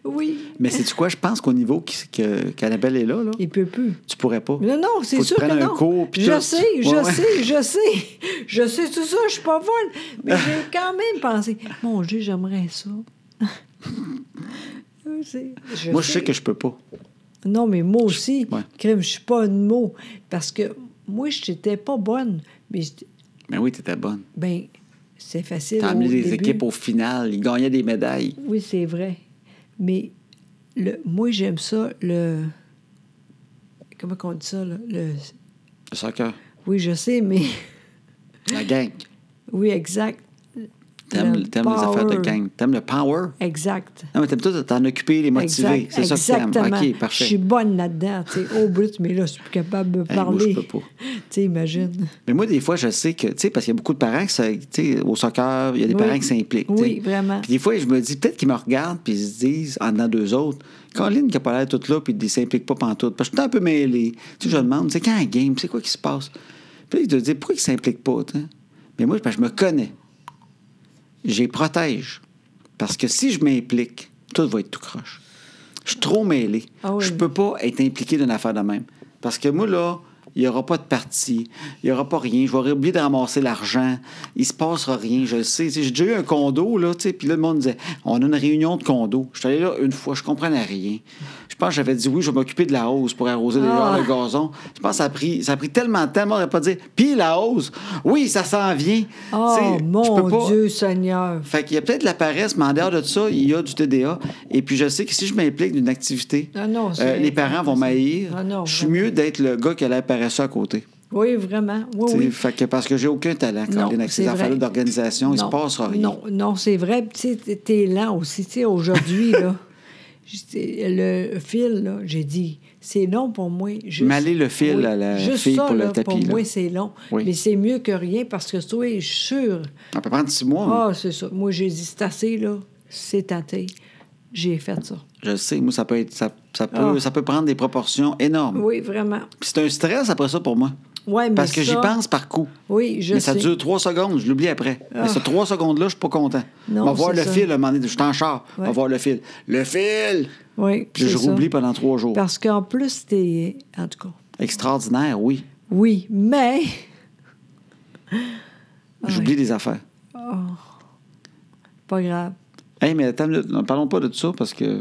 Speaker 2: Oui.
Speaker 1: Mais c'est quoi? Je pense qu'au niveau qui- que- qu'Annabelle est là, là,
Speaker 2: Il peut plus.
Speaker 1: tu pourrais pas.
Speaker 2: Non, non, c'est
Speaker 1: Faut que tu
Speaker 2: sûr que
Speaker 1: prennes un
Speaker 2: non.
Speaker 1: cours, puis
Speaker 2: je
Speaker 1: tout.
Speaker 2: sais,
Speaker 1: Ouais,
Speaker 2: je
Speaker 1: ouais.
Speaker 2: sais, je sais. Je sais tout ça, je suis pas folle. Mais j'ai quand même pensé, mon Dieu, j'aimerais ça. Je sais,
Speaker 1: Moi, je sais que je peux pas.
Speaker 2: Non, mais moi aussi,
Speaker 1: Ouais.
Speaker 2: crème, je suis pas une mot. Parce que moi, je n'étais pas bonne. Mais, j'étais-
Speaker 1: Mais oui, t'étais bonne.
Speaker 2: ben, c'est facile.
Speaker 1: T'as
Speaker 2: au
Speaker 1: amené des
Speaker 2: début.
Speaker 1: équipes au final. Ils gagnaient des médailles.
Speaker 2: Oui, c'est vrai. Mais le, moi, j'aime ça, le. Comment qu'on dit ça, là? Le,
Speaker 1: Le soccer.
Speaker 2: oui, je sais, mais.
Speaker 1: La gang.
Speaker 2: Oui, exact.
Speaker 1: T'aimes
Speaker 2: Le
Speaker 1: t'aimes les affaires de
Speaker 2: power.
Speaker 1: gang. T'aimes le power.
Speaker 2: Exact.
Speaker 1: Non, mais t'aimes tout t'en occuper, les motiver.
Speaker 2: Exact-
Speaker 1: C'est ça que
Speaker 2: Exactement.
Speaker 1: t'aimes. OK,
Speaker 2: Je
Speaker 1: parfait.
Speaker 2: suis bonne là-dedans. tu sais. Au brut, mais là, je suis plus capable de
Speaker 1: Hey, moi,
Speaker 2: parler.
Speaker 1: je peux pas.
Speaker 2: Tu sais, imagine.
Speaker 1: Mais moi, des fois, je sais que, tu sais, parce qu'il y a beaucoup de parents qui, se- tu sais, au soccer, il y a des
Speaker 2: Oui.
Speaker 1: parents qui s'impliquent. tu sais.
Speaker 2: Oui, vraiment.
Speaker 1: Puis des fois, je me dis, peut-être qu'ils me regardent, puis ils se disent, en dedans d'eux autres, Colin qui a pas l'air toute là, puis il ne s'implique pas pantoute. Parce que je suis un peu mêlé. Tu sais, je demande, c'est quand la game, c'est quoi qui se passe? Puis là, ils te disent, pourquoi ils ne s'impliquent pas? tu sais? Mais moi, parce que je me connais. J'ai protège. Parce que si je m'implique, tout va être tout croche. Je suis trop mêlé.
Speaker 2: Ah oui.
Speaker 1: Je peux pas être impliqué d'une affaire de même. Parce que moi, là, il n'y aura pas de parti. Il n'y aura pas rien. Je vais oublier de ramasser l'argent. Il se passera rien. Je le sais. Tu sais, J'ai déjà eu un condo, là, tu sais. Puis là, le monde disait On a une réunion de condo. Je suis allé là une fois. Je ne comprenais rien. Je pense que j'avais dit Oui, je vais m'occuper de la hausse pour arroser les
Speaker 2: Ah.
Speaker 1: gens, le gazon. Je pense que ça a pris, ça a pris tellement de temps. On n'aurait pas dit Puis la hausse. Oui, ça s'en vient. Tu sais,
Speaker 2: Oh,
Speaker 1: je peux
Speaker 2: mon
Speaker 1: pas-
Speaker 2: Dieu, Seigneur.
Speaker 1: fait qu'il y a peut-être de la paresse, mais en dehors de ça, il y a du TDA. Et puis je sais que si je m'implique d'une activité,
Speaker 2: Ah non, c'est-
Speaker 1: euh, les parents vont m'haïr.
Speaker 2: Ah non,
Speaker 1: je suis
Speaker 2: vraiment.
Speaker 1: mieux d'être le gars qui a l'air paresseux à côté.
Speaker 2: Oui, vraiment. Oui,
Speaker 1: T'sais,
Speaker 2: oui.
Speaker 1: Fait que parce que j'ai aucun talent quand
Speaker 2: Non,
Speaker 1: dans
Speaker 2: c'est
Speaker 1: ces affaires-là
Speaker 2: vrai.
Speaker 1: d'organisation, il se
Speaker 2: Non,
Speaker 1: passe rien.
Speaker 2: Non, non c'est vrai. Puis, Tu sais, t'es- t'es lent aussi. Tu sais, aujourd'hui, là, j'étais- le fil, là, j'ai dit, c'est long pour moi. Juste,
Speaker 1: Mêler le fil à la
Speaker 2: juste
Speaker 1: fille
Speaker 2: ça,
Speaker 1: pour le
Speaker 2: là,
Speaker 1: tapis,
Speaker 2: Pour
Speaker 1: là.
Speaker 2: moi, c'est long.
Speaker 1: Oui.
Speaker 2: Mais c'est mieux que rien parce que toi, je suis sûre.
Speaker 1: Ça peut prendre six mois.
Speaker 2: Ah, c'est ça. Moi, j'ai dit, c'est assez, là. C'est tenté. J'ai fait ça.
Speaker 1: Je le sais, moi, ça peut, être, ça, ça peut,
Speaker 2: Ah.
Speaker 1: ça peut prendre des proportions énormes.
Speaker 2: Oui, vraiment.
Speaker 1: Puis c'est un stress après ça pour moi.
Speaker 2: Ouais, mais
Speaker 1: Parce que
Speaker 2: ça-
Speaker 1: j'y pense par coup.
Speaker 2: Oui, je
Speaker 1: mais
Speaker 2: sais. Ah.
Speaker 1: ça dure trois secondes, je l'oublie après. Mais ces trois secondes-là, je suis pas content.
Speaker 2: Non,
Speaker 1: on va voir
Speaker 2: c'est
Speaker 1: le
Speaker 2: ça.
Speaker 1: fil, à un moment donné, je suis en char, on va
Speaker 2: Ouais.
Speaker 1: voir le fil. Le fil!
Speaker 2: Oui,
Speaker 1: Puis je
Speaker 2: c'est ça.
Speaker 1: roublie pendant trois jours.
Speaker 2: Parce qu'en plus, t'es... En tout cas,
Speaker 1: Extraordinaire, oui.
Speaker 2: oui, mais... Ah
Speaker 1: J'oublie des affaires.
Speaker 2: Pas grave.
Speaker 1: Hey, mais attends, une minute, ne parlons pas de tout ça parce que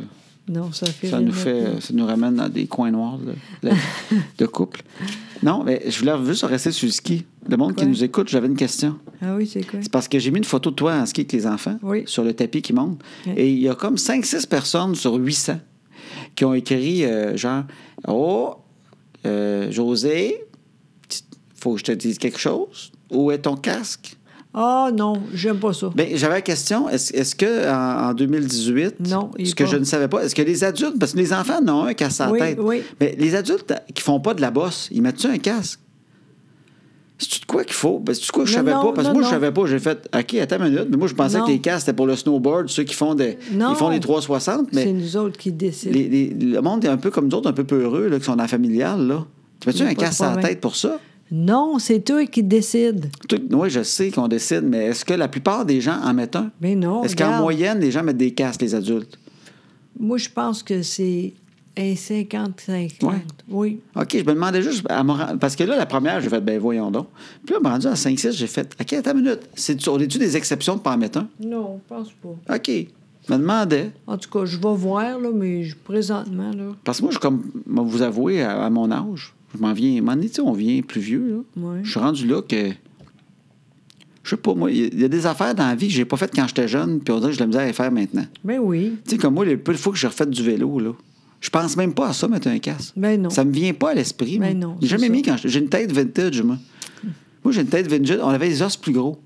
Speaker 2: Non, ça fait
Speaker 1: ça
Speaker 2: rien
Speaker 1: nous
Speaker 2: de-
Speaker 1: fait, ça nous ramène dans des coins noirs de, de- de couple. Non, mais je voulais juste rester sur le ski. Le monde qui
Speaker 2: Quoi?
Speaker 1: nous écoute, j'avais une question.
Speaker 2: Ah oui, c'est quoi?
Speaker 1: C'est parce que j'ai mis une photo de toi en ski avec les enfants
Speaker 2: Oui.
Speaker 1: sur le tapis qui monte.
Speaker 2: Oui.
Speaker 1: Et il y a comme 5-6 personnes sur 800 qui ont écrit euh, genre Oh, euh, José, tu- faut que je te dise quelque chose. Où est ton casque?
Speaker 2: Ah non, j'aime pas ça.
Speaker 1: Ben, j'avais la question, est-ce est-ce que en, en 2018,
Speaker 2: Non, il est
Speaker 1: ce que
Speaker 2: pas.
Speaker 1: je ne savais pas, est-ce que les adultes, parce que les enfants en ont un casque à la
Speaker 2: Oui,
Speaker 1: tête,
Speaker 2: oui.
Speaker 1: mais les adultes qui font pas de la bosse, ils mettent-tu un casque? C'est-tu de quoi qu'il faut? Ben, c'est-tu de quoi que je
Speaker 2: Non,
Speaker 1: savais
Speaker 2: non,
Speaker 1: pas? Parce que
Speaker 2: non,
Speaker 1: moi, je
Speaker 2: non.
Speaker 1: savais pas. J'ai fait, OK, attends une minute, mais moi, je pensais
Speaker 2: Non.
Speaker 1: que les casques, c'était pour le snowboard, ceux qui font des,
Speaker 2: Non.
Speaker 1: ils font les 360,
Speaker 2: C'est
Speaker 1: mais
Speaker 2: nous autres qui décident.
Speaker 1: les- les- le monde est un peu comme d'autres, un peu peureux, là, qui sont dans la familiale, là. Tu mets-tu
Speaker 2: Il y a
Speaker 1: un
Speaker 2: pas de
Speaker 1: casque à la
Speaker 2: problème.
Speaker 1: tête pour ça?
Speaker 2: Non, c'est toi qui décides.
Speaker 1: Oui, je sais qu'on décide, mais est-ce que la plupart des gens en mettent un?
Speaker 2: Mais non,
Speaker 1: Est-ce qu'en
Speaker 2: regarde.
Speaker 1: moyenne, les gens mettent des casques, les adultes?
Speaker 2: Moi, je pense que c'est un 50-50.
Speaker 1: Ouais.
Speaker 2: Oui.
Speaker 1: OK, je me demandais juste, à mon ra- parce que là, la première, j'ai fait, ben voyons donc. Puis là, me rendu à 5-6, j'ai fait, OK, attends une minute. C'est, on est-tu des exceptions de pas en mettre un?
Speaker 2: Non, je pense pas.
Speaker 1: OK. Je me demandais.
Speaker 2: En tout cas, je vais voir, là, mais je- présentement, là.
Speaker 1: Parce que moi, je suis comme, moi, vous avouez, à, à mon âge, je m'en viens, m'en est, on vient plus vieux, là.
Speaker 2: Ouais.
Speaker 1: Je suis rendu là que. Je sais pas, moi, il y a- il y, a des affaires dans la vie que j'ai pas faites quand j'étais jeune, puis on dirait que j'ai de la misère à les faire maintenant.
Speaker 2: Ben oui.
Speaker 1: Tu sais, comme moi, les peu de fois que j'ai refait du vélo, là, je pense même pas à ça, mettre un casque.
Speaker 2: Ben non.
Speaker 1: Ça me vient pas à l'esprit. moi.
Speaker 2: Ben non,
Speaker 1: J'ai
Speaker 2: c'est
Speaker 1: jamais
Speaker 2: ça.
Speaker 1: mis quand je- j'ai une tête vintage, moi. Moi, j'ai une tête vintage. On avait des os plus gros.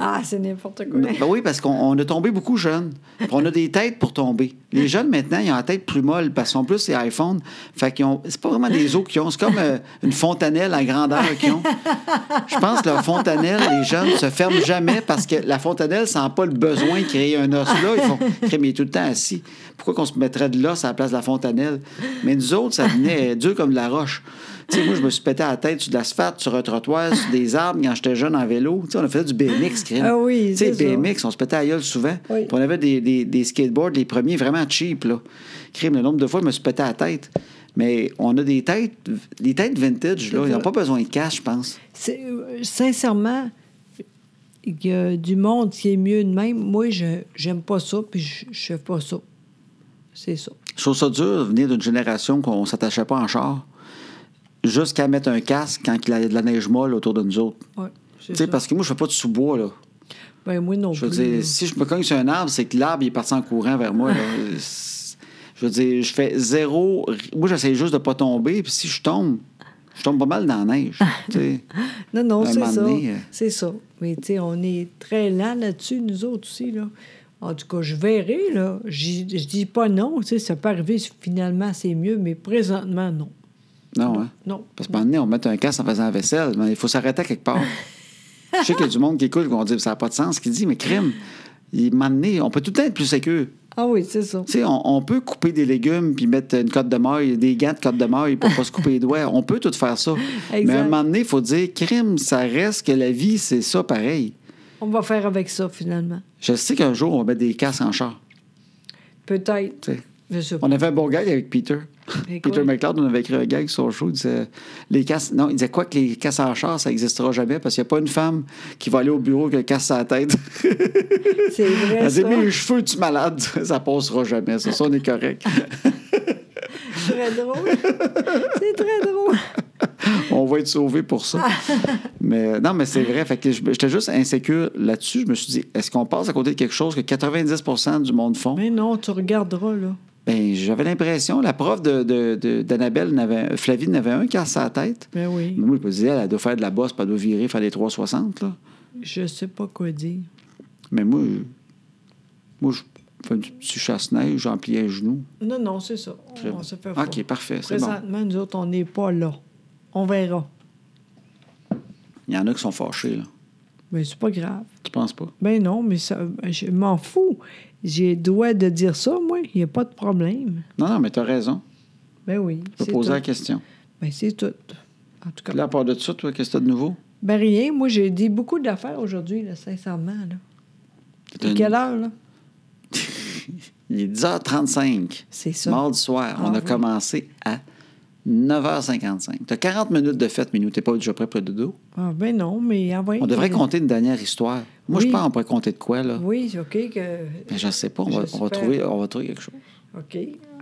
Speaker 2: Ah, c'est n'importe quoi.
Speaker 1: Ben oui, parce qu'on on a tombé beaucoup jeunes. Puis on a des têtes pour tomber. Les jeunes, maintenant, ils ont la tête plus molle parce qu'en plus, c'est iPhone. Fait qu'ils ont... C'est pas vraiment des os qu'ils ont. C'est comme euh, une fontanelle à grandeur qu'ils ont. Je pense que leur fontanelle, les jeunes, se ferment jamais parce que la fontanelle sent pas le besoin de créer un os là. Ils font Crème, il est tout le temps assis. Pourquoi qu'on se mettrait de l'os à la place de la fontanelle? Mais nous autres, ça venait dur comme de la roche. Tu sais, moi, je me suis pété à la tête sur de l'asphalte, sur un trottoir, sur des arbres quand j'étais jeune en vélo. Tu sais, on a fait du BMX, crème.
Speaker 2: Ah oui,
Speaker 1: Tu sais,
Speaker 2: c'est ça.
Speaker 1: BMX, on se pétait à la gueule souvent.
Speaker 2: Oui.
Speaker 1: Puis on avait des, des- des skateboards, les premiers vraiment cheap, là. Crime, le nombre de fois, je me suis pété à la tête. Mais on a des têtes, les têtes vintage, là. Ils n'ont pas besoin de cash, je pense.
Speaker 2: C'est- euh, sincèrement, il y a du monde qui est mieux de même. Moi, je j'aime pas ça, puis je je fais pas ça. C'est ça.
Speaker 1: Je trouve ça dur de venir d'une génération qu'on s'attachait pas en char, jusqu'à mettre un casque quand il y a de la neige molle autour de nous autres.
Speaker 2: Ouais, c'est
Speaker 1: Tu sais,
Speaker 2: ça.
Speaker 1: parce que moi, je fais pas de sous-bois, là.
Speaker 2: Ben, moi non
Speaker 1: Je veux
Speaker 2: plus.
Speaker 1: dire,
Speaker 2: là.
Speaker 1: si je me cogne sur un arbre, c'est que l'arbre il est parti en courant vers moi. là. C'est- je veux dire, je fais zéro. Moi, j'essaie juste de pas tomber. Puis si je tombe, je tombe pas mal dans la neige. tu sais.
Speaker 2: Non, non,
Speaker 1: un
Speaker 2: c'est
Speaker 1: moment
Speaker 2: ça.
Speaker 1: donné, euh.
Speaker 2: C'est ça. Mais tu sais, on est très lent là-dessus, nous autres aussi, là. En tout cas, je verrai, là. J'y- Je dis pas non, tu sais, ça peut arriver, finalement, c'est mieux, mais présentement, non.
Speaker 1: Non, hein?
Speaker 2: Non.
Speaker 1: Parce qu'à un moment donné, on met un casque en faisant la vaisselle, mais il faut s'arrêter à quelque part. je sais qu'il y a du monde qui écoute qui vont dire ça n'a pas de sens, qui dit, mais crime, il m'a donné, on peut tout le temps être plus sécure.
Speaker 2: Ah oui, c'est ça.
Speaker 1: Tu sais, on, on peut couper des légumes puis mettre une cotte de maille, des gants de cotte de maille pour pas se couper les doigts. On peut tout faire ça. Mais à un
Speaker 2: Exact.
Speaker 1: moment donné, il faut dire, crime, ça reste que la vie, c'est ça pareil.
Speaker 2: On va faire avec ça, finalement.
Speaker 1: Je sais qu'un jour, on va mettre des casses en char.
Speaker 2: Peut-être.
Speaker 1: tu sais.
Speaker 2: Je sais pas.
Speaker 1: On avait un bon gag avec Peter.
Speaker 2: Et quoi?
Speaker 1: Peter McLeod, on avait écrit un gag sur son show. Il disait, les casses, non, il disait quoi que les casses en char, ça n'existera jamais parce qu'il n'y a pas une femme qui va aller au bureau qui casse sa tête.
Speaker 2: C'est vrai,
Speaker 1: Elle dit,
Speaker 2: ça.
Speaker 1: mais les cheveux, tu es malade. ça passera jamais. Ça, ça, on est correct.
Speaker 2: très drôle. c'est très drôle.
Speaker 1: on va être sauvé pour ça. mais non, mais c'est vrai. Fait que je- j'étais juste insécure là-dessus. Je me suis dit, est-ce qu'on passe à côté de quelque chose que 90 du monde font?
Speaker 2: Mais non, tu regarderas, là.
Speaker 1: Ben, j'avais l'impression, la prof de, de, de- d'Annabelle, n'avait, Flavie n'avait un casse à la tête.
Speaker 2: Ben oui.
Speaker 1: Mais moi, je me disais, elle, elle doit faire de la bosse, puis elle doit virer, faire des 360. Là.
Speaker 2: Je sais pas quoi dire.
Speaker 1: Mais moi, je, moi, je fais un petit chasse-neige, j'en plie un genou.
Speaker 2: Non, Ah non, c'est ça. On se fait
Speaker 1: OK,
Speaker 2: pas.
Speaker 1: parfait, c'est bon.
Speaker 2: Présentement, nous autres, on n'est pas là. On verra.
Speaker 1: Il y en a qui sont fâchés, là.
Speaker 2: Mais c'est pas grave.
Speaker 1: Tu penses pas?
Speaker 2: Ben non, mais ça, je m'en fous. J'ai le droit de dire ça, moi. Il n'y a pas de problème.
Speaker 1: Non, non, mais t'as raison.
Speaker 2: Ben oui.
Speaker 1: Je peux
Speaker 2: c'est
Speaker 1: poser
Speaker 2: tout.
Speaker 1: la question.
Speaker 2: Ben c'est tout. En tout cas.
Speaker 1: Puis là, à part de ça, toi, qu'est-ce que t'as de nouveau?
Speaker 2: Ben rien. Moi, j'ai dit beaucoup d'affaires aujourd'hui, là, sincèrement. Là.
Speaker 1: T'as
Speaker 2: Et
Speaker 1: une-
Speaker 2: Quelle heure, là?
Speaker 1: Il est 10h35.
Speaker 2: C'est ça.
Speaker 1: Mardi soir.
Speaker 2: Ah
Speaker 1: on a
Speaker 2: oui.
Speaker 1: commencé à 9h55. T'as 40 minutes de fête, mais nous, t'es pas déjà prêt pour le dodo.
Speaker 2: Ah, ben non, mais envoyez.
Speaker 1: On devrait compter une dernière histoire. Moi, je
Speaker 2: Oui.
Speaker 1: pense qu'on pourrait compter de quoi, là.
Speaker 2: Oui, c'est OK que.
Speaker 1: Mais je sais pas, on va,
Speaker 2: Je
Speaker 1: on va
Speaker 2: sais
Speaker 1: trouver, on va trouver quelque chose.
Speaker 2: OK.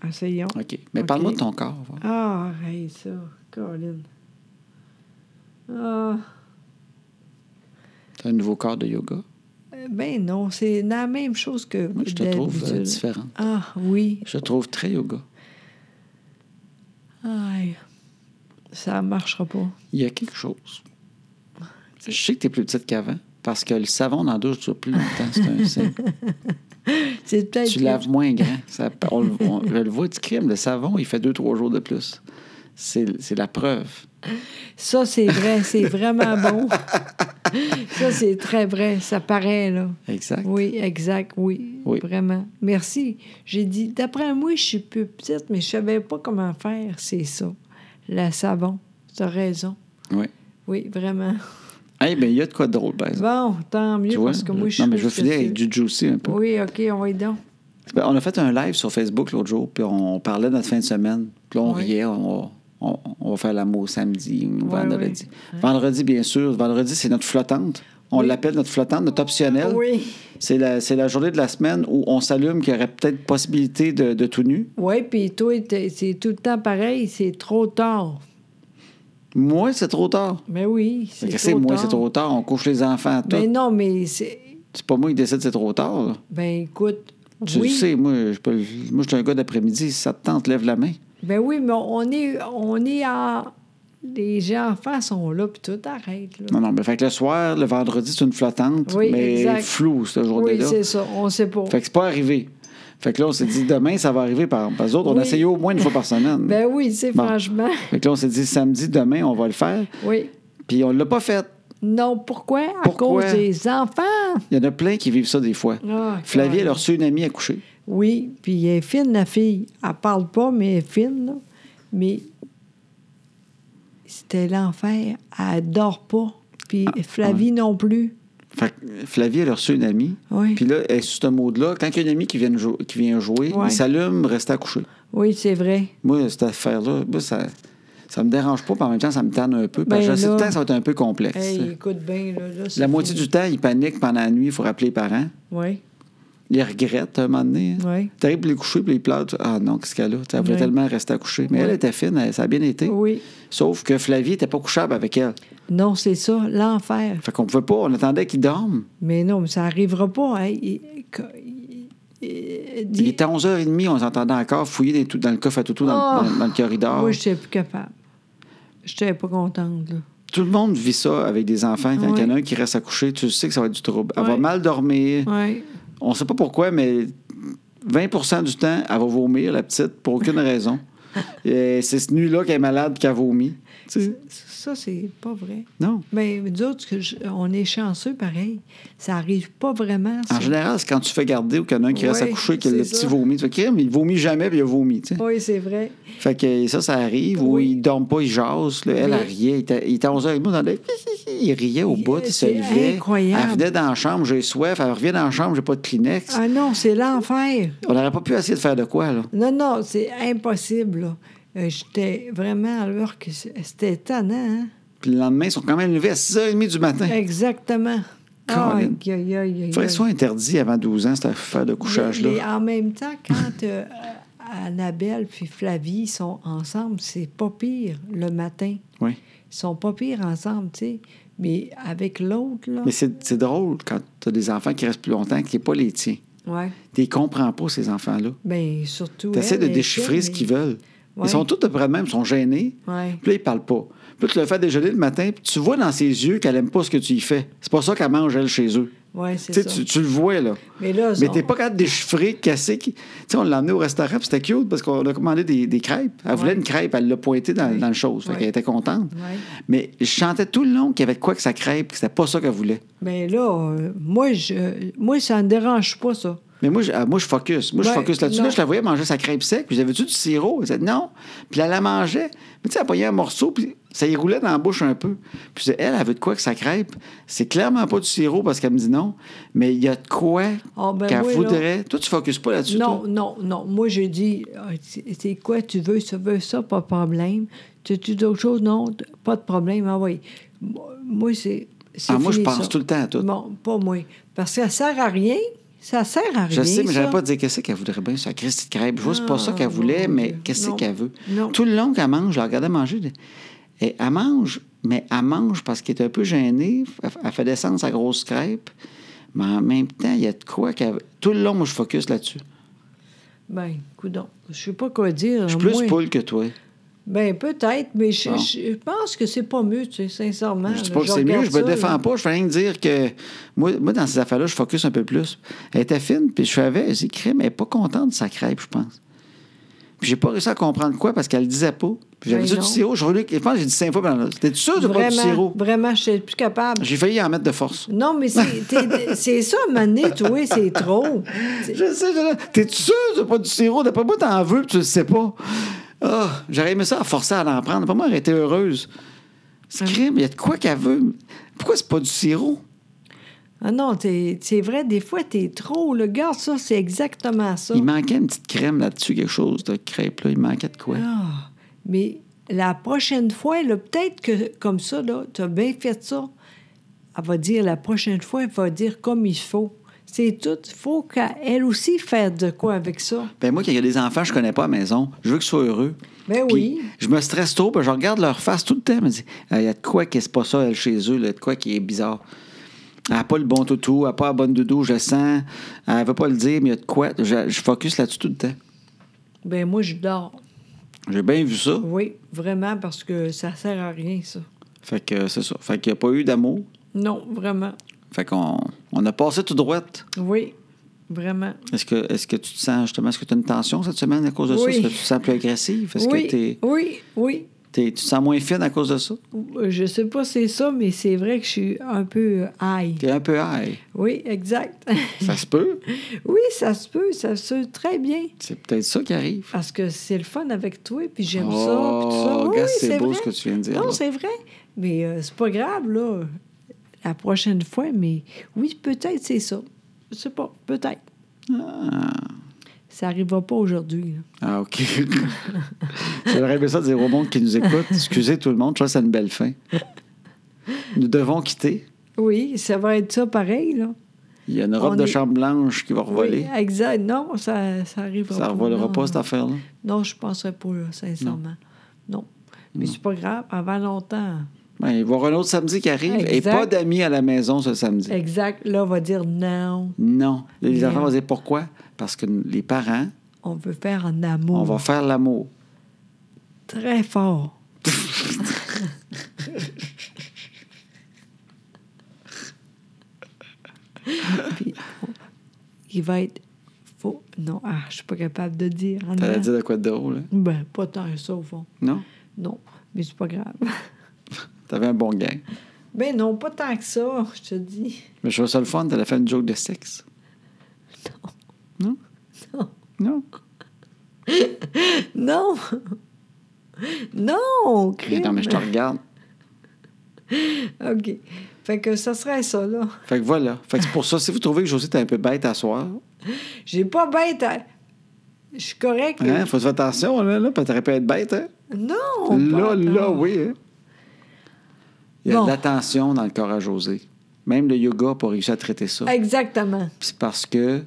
Speaker 2: Essayons.
Speaker 1: OK. Mais
Speaker 2: OK.
Speaker 1: parle-moi de ton corps. va.
Speaker 2: Ah, arrête ça, Colin. Ah,
Speaker 1: T'as un nouveau corps de yoga.
Speaker 2: euh, ben non, c'est la même chose que.
Speaker 1: Moi, je te trouve euh,
Speaker 2: d'habitude.
Speaker 1: différente.
Speaker 2: Ah, oui.
Speaker 1: Je te trouve très yoga.
Speaker 2: Aïe. Ça marchera pas.
Speaker 1: Il y a quelque chose. Je sais que t'es plus petite qu'avant parce que le savon dans la douche dure plus longtemps. C'est un signe.
Speaker 2: C'est peut-être.
Speaker 1: Tu
Speaker 2: que-
Speaker 1: laves moins grand. Ça- on le- on- je le vois, tu crimes. Le savon, il fait deux, trois jours de plus. C'est c'est la preuve.
Speaker 2: Ça, c'est vrai. C'est vraiment bon. ça, c'est très vrai. Ça paraît, là.
Speaker 1: Exact.
Speaker 2: Oui, exact, oui,
Speaker 1: Oui.
Speaker 2: Vraiment. Merci. J'ai dit, d'après moi, je suis plus petite, mais je savais pas comment faire. C'est ça. La savon. Tu as raison.
Speaker 1: Oui.
Speaker 2: Oui, vraiment.
Speaker 1: Eh bien, il y a de quoi de drôle, par exemple.
Speaker 2: Bon, tant mieux,
Speaker 1: Tu vois?
Speaker 2: parce que moi, je
Speaker 1: non, mais je veux
Speaker 2: trouve
Speaker 1: finir
Speaker 2: que
Speaker 1: avec
Speaker 2: c'est-
Speaker 1: du juicy un peu.
Speaker 2: Oui, OK, on va y donc.
Speaker 1: Ben, On a fait un live sur Facebook l'autre jour, puis on parlait de notre fin de semaine. Puis là, on
Speaker 2: Oui.
Speaker 1: riait, on, on- on va faire l'amour samedi ou
Speaker 2: Ouais,
Speaker 1: vendredi. Vendredi, bien sûr. Vendredi, c'est notre flottante. On
Speaker 2: Oui.
Speaker 1: l'appelle notre flottante, notre optionnelle.
Speaker 2: Oui.
Speaker 1: C'est la, c'est la journée de la semaine où on s'allume qu'il y aurait peut-être possibilité de, de tout nu.
Speaker 2: Oui, puis toi, t'es- c'est tout le temps pareil, c'est trop tard.
Speaker 1: Moi, c'est trop tard.
Speaker 2: Mais oui,
Speaker 1: Fait
Speaker 2: c'est
Speaker 1: que
Speaker 2: trop
Speaker 1: c'est
Speaker 2: tard.
Speaker 1: moi, c'est trop tard. On couche les enfants, tout.
Speaker 2: Ben non, mais c'est...
Speaker 1: C'est pas moi qui décide c'est trop tard. là.
Speaker 2: Ben écoute,
Speaker 1: Tu
Speaker 2: oui.
Speaker 1: le sais, moi, je peux, le- moi, je suis un gars d'après-midi. Si ça te tente, lève la main.
Speaker 2: Ben oui, mais on est, on est en... Les gens en face sont là, puis tout arrête, là.
Speaker 1: Non, non, mais fait que le soir, le vendredi, c'est une flottante,
Speaker 2: Oui,
Speaker 1: mais
Speaker 2: exact.
Speaker 1: floue, cette
Speaker 2: Oui,
Speaker 1: journée-là.
Speaker 2: c'est ça, on sait pas.
Speaker 1: fait que c'est pas arrivé. Fait que là, on s'est dit, demain, ça va arriver par exemple. autres, on
Speaker 2: Oui.
Speaker 1: essayait au moins une fois par semaine.
Speaker 2: Ben oui, c'est
Speaker 1: Bon.
Speaker 2: franchement...
Speaker 1: Fait que là, on s'est dit, samedi, demain, on va le faire.
Speaker 2: Oui.
Speaker 1: Puis on l'a pas fait.
Speaker 2: Non, pourquoi? À
Speaker 1: Pourquoi?
Speaker 2: cause des enfants.
Speaker 1: Il y en a plein qui vivent ça des fois.
Speaker 2: Ah,
Speaker 1: Flavie, elle a
Speaker 2: carrément.
Speaker 1: reçu une amie à coucher.
Speaker 2: Oui, puis elle est fine, la fille. Elle parle pas, mais elle est fine, là. Mais c'était l'enfer. Elle dort pas. Puis
Speaker 1: Ah,
Speaker 2: Flavie non plus.
Speaker 1: Fait que Flavie, elle a reçu une amie.
Speaker 2: Oui.
Speaker 1: Puis là, elle est sur ce mode-là. Quand il y a une amie qui vient, de jou- qui vient jouer,
Speaker 2: Ouais.
Speaker 1: il s'allume, reste à coucher.
Speaker 2: Oui, c'est vrai.
Speaker 1: Moi, cette affaire-là, moi, ça, ça me dérange pas, puis en même temps, ça me tanne un peu. Parce que
Speaker 2: Ben
Speaker 1: je sais tout le
Speaker 2: là-
Speaker 1: temps, ça va être un peu complexe.
Speaker 2: Hey, écoute bien, là. là, c'est-
Speaker 1: La moitié du temps, ils paniquent pendant la nuit, il faut rappeler les parents.
Speaker 2: Oui,
Speaker 1: Ils regrettent à un moment donné. hein.
Speaker 2: oui.
Speaker 1: T'arrives pour les coucher, puis ils pleurent. tu- Ah non, qu'est-ce qu'elle a? Tu sais, Elle voulait
Speaker 2: Ouais.
Speaker 1: tellement rester à coucher. Mais
Speaker 2: Ouais.
Speaker 1: elle était fine, elle- ça a bien été.
Speaker 2: Oui.
Speaker 1: Sauf que Flavie n'était pas couchable avec elle.
Speaker 2: Non, c'est ça, l'enfer.
Speaker 1: Fait qu'on pouvait pas, on attendait qu'il dorme.
Speaker 2: Mais non, mais ça n'arrivera pas. hein. Il- il- il-
Speaker 1: Il était 11h30, on s'entendait encore fouiller dans, les tou- dans le coffre à toutou dans, le-
Speaker 2: Oh!
Speaker 1: dans- dans le corridor.
Speaker 2: Moi, je n'étais plus capable. Je n'étais pas contente. là.
Speaker 1: Tout le monde vit ça avec des enfants. Quand il y en a
Speaker 2: Ouais.
Speaker 1: un qui reste à coucher, tu sais que ça va être du trouble. Elle va
Speaker 2: Ouais.
Speaker 1: mal dormir.
Speaker 2: Oui.
Speaker 1: On sait pas pourquoi, mais 20 du temps, elle va vomir, la petite, pour aucune raison. Et c'est ce nuit-là qu'elle est malade puis qu'elle vomit. Tu sais,
Speaker 2: Ça, c'est pas vrai.
Speaker 1: Non.
Speaker 2: Mais d'autres, que je- on est chanceux pareil. Ça n'arrive pas vraiment. ça.
Speaker 1: En général, c'est quand tu fais garder ou qu'il y en a un qui reste à
Speaker 2: Ouais,
Speaker 1: coucher que le
Speaker 2: c'est
Speaker 1: petit
Speaker 2: ça.
Speaker 1: vomit. Tu fais crime, il vomit jamais puis il a vomi. tu sais.
Speaker 2: Oui, c'est vrai.
Speaker 1: Fait que ça, ça arrive. Ou
Speaker 2: Oui.
Speaker 1: il dorment pas, il jase. là. Elle,
Speaker 2: Oui.
Speaker 1: elle riait. Il était, il était 11 h 30 dans le- Il riait au bout, il se
Speaker 2: C'est
Speaker 1: levait.
Speaker 2: incroyable.
Speaker 1: Elle venait dans la chambre, j'ai soif. Elle revient dans la chambre, j'ai pas de Kleenex.
Speaker 2: Ah non, c'est l'enfer.
Speaker 1: On n'aurait pas pu essayer de faire de quoi, là.
Speaker 2: Non, non, c'est impossible. là. Euh, J'étais vraiment alors que c'est- c'était étonnant. hein.
Speaker 1: Puis le lendemain, ils sont quand même levés à 6h30 du matin.
Speaker 2: Exactement.
Speaker 1: Colin.
Speaker 2: Aïe, aïe, aïe, aïe,
Speaker 1: Il faudrait
Speaker 2: aïe.
Speaker 1: que ce soit interdit avant 12 ans, cette affaire de couchage-là.
Speaker 2: Mais en même temps, quand euh, Annabelle puis Flavie sont ensemble, c'est pas pire le matin.
Speaker 1: Oui.
Speaker 2: Ils sont pas pires ensemble, tu sais. Mais avec l'autre, là.
Speaker 1: Mais c'est c'est drôle quand tu as des enfants qui restent plus longtemps, qui n'est pas les tiens.
Speaker 2: Ouais.
Speaker 1: Tu les comprends pas, ces enfants-là.
Speaker 2: Ben, surtout.
Speaker 1: Tu essaies
Speaker 2: elle,
Speaker 1: de
Speaker 2: elle
Speaker 1: déchiffrer
Speaker 2: était,
Speaker 1: ce
Speaker 2: mais-
Speaker 1: qu'ils veulent.
Speaker 2: Ouais.
Speaker 1: Ils sont tous de près de même, ils sont gênés.
Speaker 2: Ouais.
Speaker 1: Puis là, ils parlent pas. Puis là, tu le fais déjeuner le matin, puis tu vois dans ses yeux qu'elle aime pas ce que tu y fais. C'est pas ça qu'elle mange, elle, chez eux.
Speaker 2: Ouais,
Speaker 1: Tu
Speaker 2: c'est
Speaker 1: sais,
Speaker 2: ça.
Speaker 1: tu, tu le vois, là.
Speaker 2: Mais là,
Speaker 1: Mais
Speaker 2: on-
Speaker 1: t'es pas capable de déchiffrer, casser. Qui... Tu sais, on l'a emmené au restaurant, puis c'était cute parce qu'on a commandé des, des crêpes. Elle voulait
Speaker 2: Ouais.
Speaker 1: une crêpe, elle l'a pointé dans,
Speaker 2: Ouais.
Speaker 1: dans le chose. Fait
Speaker 2: Ouais.
Speaker 1: qu'elle était contente.
Speaker 2: Ouais.
Speaker 1: Mais je chantais tout le long qu'il y avait de quoi que sa crêpe, que c'était pas ça qu'elle voulait.
Speaker 2: Ben là, euh, moi, je, moi, ça ne dérange pas, ça.
Speaker 1: Mais moi, je, ah, moi, je focus. Moi, je
Speaker 2: Ouais,
Speaker 1: focus là-dessus. Là,
Speaker 2: non.
Speaker 1: je la voyais manger sa crêpe sec. Puis j'avais tu du sirop. Elle disait non. Puis elle la mangeait. Mais tu sais, elle pognait un morceau. Puis ça y roulait dans la bouche un peu. Puis je disais, elle, elle veut de quoi que sa crêpe? C'est clairement pas du sirop parce qu'elle me dit non. Mais il y a de quoi
Speaker 2: Ah, ben
Speaker 1: qu'elle
Speaker 2: oui, là.
Speaker 1: voudrait. Toi, tu focuses pas là-dessus.
Speaker 2: Non,
Speaker 1: toi?
Speaker 2: non, non. Moi, j'ai dit, Ah, c'est c'est quoi, tu veux ça, veux ça, pas de problème. Tu tu d'autres choses? Non, t- pas de problème. Ah oui. Moi, moi, c'est. c'est
Speaker 1: Ah, moi, je
Speaker 2: fini,
Speaker 1: pense
Speaker 2: ça.
Speaker 1: tout le temps à tout.
Speaker 2: Bon, pas moi. Parce que ça sert à rien. Ça sert à rien.
Speaker 1: Je sais, mais j'avais
Speaker 2: ça.
Speaker 1: pas dit qu'est-ce qu'elle voudrait bien, sa Christie de crêpe. Je vois, c'est pas ça
Speaker 2: Ah,
Speaker 1: qu'elle voulait,
Speaker 2: mon
Speaker 1: mais
Speaker 2: Dieu.
Speaker 1: qu'est-ce
Speaker 2: Non.
Speaker 1: qu'elle veut?
Speaker 2: Non.
Speaker 1: Tout le long qu'elle mange, je la regardais manger. je dis, Et elle mange, mais elle mange parce qu'elle est un peu gênée. Elle, elle fait descendre sa grosse crêpe. Mais en même temps, il y a de quoi qu'elle. Tout le long, moi, je focus là-dessus.
Speaker 2: Ben, coudon. Je sais pas quoi dire. hein,
Speaker 1: Je suis plus
Speaker 2: moi.
Speaker 1: poule que toi.
Speaker 2: Ben, peut-être, mais je,
Speaker 1: Bon.
Speaker 2: je pense que c'est pas mieux, tu sais, sincèrement.
Speaker 1: Je dis
Speaker 2: là.
Speaker 1: pas que c'est mieux,
Speaker 2: Ah, regarde
Speaker 1: je me
Speaker 2: ça, là.
Speaker 1: défends pas. Je fais rien que dire que moi, moi dans ces affaires-là, je focus un peu plus. Elle était fine, puis je savais, elle crème, elle est pas contente de sa crêpe, je pense. Puis j'ai pas réussi à comprendre quoi parce qu'elle le disait pas. Puis j'avais
Speaker 2: Ben
Speaker 1: dit
Speaker 2: non.
Speaker 1: du sirop, je, relis- je pense que j'ai dit cinq fois pendant T'es sûr de pas du
Speaker 2: Vraiment,
Speaker 1: sirop?
Speaker 2: vraiment, je suis plus capable.
Speaker 1: J'ai failli en mettre de force.
Speaker 2: Non, mais c'est t'es- c'est ça, Mané, tu vois, c'est trop. C'est-
Speaker 1: Je sais, je- t'es sûr de pas du sirop? D'après moi, t'en veux, puis tu le sais pas. Ah, j'aurais aimé ça à forcer à l'en prendre. Pas moi, elle était heureuse. C'est
Speaker 2: Hein?
Speaker 1: crème, il y a de quoi qu'elle veut. Pourquoi c'est pas du sirop?
Speaker 2: Ah non, t'es- c'est vrai, des fois, t'es trop. Le gars, ça, c'est exactement ça.
Speaker 1: Il manquait une petite crème là-dessus, quelque chose de crêpe, là. Il manquait de quoi?
Speaker 2: Ah, mais la prochaine fois, là, peut-être que comme ça, là, tu as bien fait ça. Elle va dire la prochaine fois, elle va dire comme il faut. C'est tout. Il faut qu'elle aussi fasse de quoi avec ça.
Speaker 1: Ben moi, quand il y a des enfants, je connais pas à la maison. Je veux qu'ils soient heureux.
Speaker 2: Ben
Speaker 1: Puis,
Speaker 2: oui.
Speaker 1: Je me stresse trop, puis je regarde leur face tout le temps. Je me dis, Ah, il y a de quoi qui n'est pas ça, elle, chez eux, là, il y a de quoi qui est bizarre. Elle n'a pas le bon toutou, elle n'a pas la bonne doudou, je le sens. Elle ne veut pas le dire, mais il y a de quoi. Je, je focus là-dessus tout le temps.
Speaker 2: Ben moi, je dors.
Speaker 1: J'ai bien vu ça.
Speaker 2: Oui, vraiment, parce que ça sert à rien, ça.
Speaker 1: Fait que euh, c'est ça. Fait qu'il n'y a pas eu d'amour.
Speaker 2: Non, vraiment.
Speaker 1: Fait qu'on on a passé tout droit.
Speaker 2: Oui, vraiment.
Speaker 1: Est-ce que, est-ce que tu te sens, justement, est-ce que tu as une tension cette semaine à cause de ça?
Speaker 2: Oui.
Speaker 1: Est-ce que tu te sens plus agressive? Est-ce
Speaker 2: oui,
Speaker 1: que tu es.
Speaker 2: oui, oui.
Speaker 1: T'es- tu te sens moins fine à cause de ça?
Speaker 2: Je sais pas si c'est ça, mais c'est vrai que je suis un peu high.
Speaker 1: T'es un peu high.
Speaker 2: Oui, exact.
Speaker 1: Ça se peut.
Speaker 2: oui, ça se peut, ça se peut très bien.
Speaker 1: C'est peut-être ça qui arrive.
Speaker 2: Parce que c'est le fun avec toi, puis j'aime ça, puis tout ça.
Speaker 1: Oh,
Speaker 2: Oui,
Speaker 1: regarde,
Speaker 2: oui,
Speaker 1: c'est beau
Speaker 2: vrai.
Speaker 1: ce que tu viens de dire.
Speaker 2: Non,
Speaker 1: là.
Speaker 2: c'est vrai. Mais euh, c'est pas grave, là. La prochaine fois, mais oui, peut-être c'est ça. Je sais pas, peut-être.
Speaker 1: Ah.
Speaker 2: Ça arrivera pas aujourd'hui. là.
Speaker 1: Ah, OK. J'aurais aimé ça de dire au monde qui nous écoute, excusez tout le monde, je trouve que c'est une belle fin. Nous devons quitter.
Speaker 2: Oui, ça va être ça pareil, là.
Speaker 1: Il y a une robe
Speaker 2: On
Speaker 1: de
Speaker 2: est-
Speaker 1: chambre blanche qui va revoler.
Speaker 2: Oui, hein, exact. Non, ça, ça arrivera
Speaker 1: ça
Speaker 2: pas.
Speaker 1: ne revolera
Speaker 2: Non,
Speaker 1: pas, cette affaire-là.
Speaker 2: Non, je penserais pas, là, sincèrement. Non. Mais c'est pas grave, avant longtemps.
Speaker 1: Ben, il va y avoir un autre samedi qui arrive et
Speaker 2: Exact.
Speaker 1: pas d'amis à la maison ce samedi.
Speaker 2: Exact. Là, on va dire non,
Speaker 1: Non. Les
Speaker 2: Bien.
Speaker 1: enfants vont dire pourquoi? Parce que les parents,
Speaker 2: on veut faire un amour.
Speaker 1: on va faire l'amour.
Speaker 2: Très fort. Puis, on- il va être faux. Non, ah, je suis pas capable de dire. en
Speaker 1: T'allais
Speaker 2: dedans.
Speaker 1: dire de quoi de drôle, hein?
Speaker 2: Ben, pas tant que ça, au fond.
Speaker 1: Non?
Speaker 2: Non, mais c'est pas grave.
Speaker 1: T'avais un bon gang.
Speaker 2: Ben non, pas tant que ça, je te dis.
Speaker 1: Mais je trouve ça le fun, t'allais faire une joke de sexe. Non.
Speaker 2: Non.
Speaker 1: Non?
Speaker 2: Non! Non!
Speaker 1: Non, non mais je te regarde.
Speaker 2: OK. Fait que ça serait ça, là.
Speaker 1: Fait que voilà. Fait que c'est pour ça, si vous trouvez que José est un peu bête à soir,
Speaker 2: J'ai pas bête à... Je suis correcte.
Speaker 1: hein, faut se faire attention, là, là, parce que t'aurais pu être bête, hein?
Speaker 2: Non!
Speaker 1: Là,
Speaker 2: pas
Speaker 1: là,
Speaker 2: tant.
Speaker 1: oui, hein? Il y a
Speaker 2: Bon.
Speaker 1: de l'attention dans le corps à José. Même le yoga pour réussir à traiter ça.
Speaker 2: Exactement.
Speaker 1: Puis c'est parce que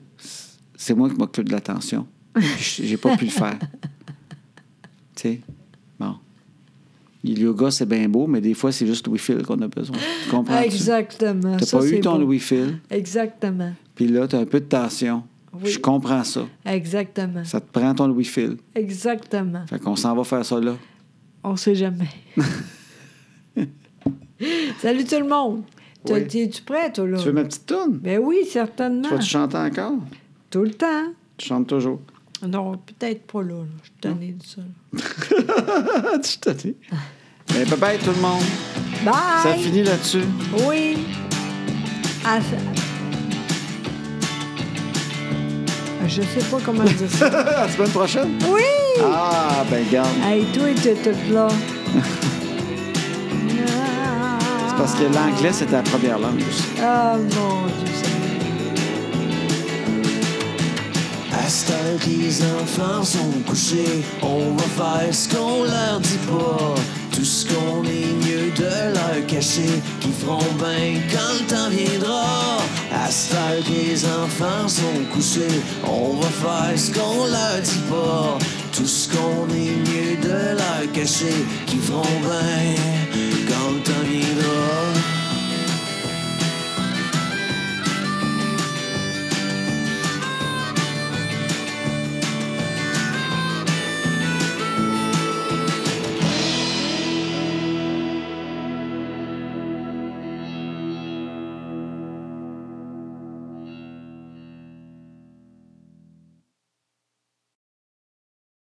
Speaker 1: c'est moi qui m'occupe de l'attention. Puis J'ai pas pu le faire. Tu sais? Bon. Le yoga, c'est bien beau, mais des fois, c'est juste Louis Phil qu'on a besoin. Ah, Tu comprends?
Speaker 2: Exactement.
Speaker 1: T'as
Speaker 2: Ah, Ça,
Speaker 1: pas eu
Speaker 2: c'est
Speaker 1: ton
Speaker 2: bon.
Speaker 1: Louis Phil,
Speaker 2: Exactement.
Speaker 1: puis là, t'as un peu de tension.
Speaker 2: Oui.
Speaker 1: Je comprends ça.
Speaker 2: Exactement.
Speaker 1: Ça te prend ton Louis Phil.
Speaker 2: Exactement.
Speaker 1: Fait qu'on s'en va faire ça là.
Speaker 2: On sait jamais. Salut tout le monde. Tu
Speaker 1: Oui.
Speaker 2: Es-tu prêt, toi, là?
Speaker 1: Tu veux ma petite toune?
Speaker 2: Ben oui,
Speaker 1: Tu
Speaker 2: certainement.
Speaker 1: vas-tu chanter encore?
Speaker 2: Tout le temps.
Speaker 1: Tu chantes toujours.
Speaker 2: Non, peut-être pas là. là. Je suis tannée de ça.
Speaker 1: Ah, tu t'as dit. Mais bye bye tout le monde.
Speaker 2: Bye!
Speaker 1: Ça finit là-dessus.
Speaker 2: Oui. À- Je sais pas comment dire ça.
Speaker 1: À la semaine prochaine.
Speaker 2: Oui!
Speaker 1: Ah, ben garde.
Speaker 2: Hey, toi, t'es toute là.
Speaker 1: C'est parce que l'anglais, c'est ta première langue aussi.
Speaker 2: Oh mon Dieu, Seigneur.
Speaker 3: À cette heure que les enfants sont couchés, on va faire ce qu'on leur dit pas. Tout ce qu'on est mieux de leur cacher, qui feront bien quand le temps viendra. À cette heure que les enfants sont couchés, on va faire ce qu'on leur dit pas. Tout ce qu'on est mieux de leur cacher, qui feront bien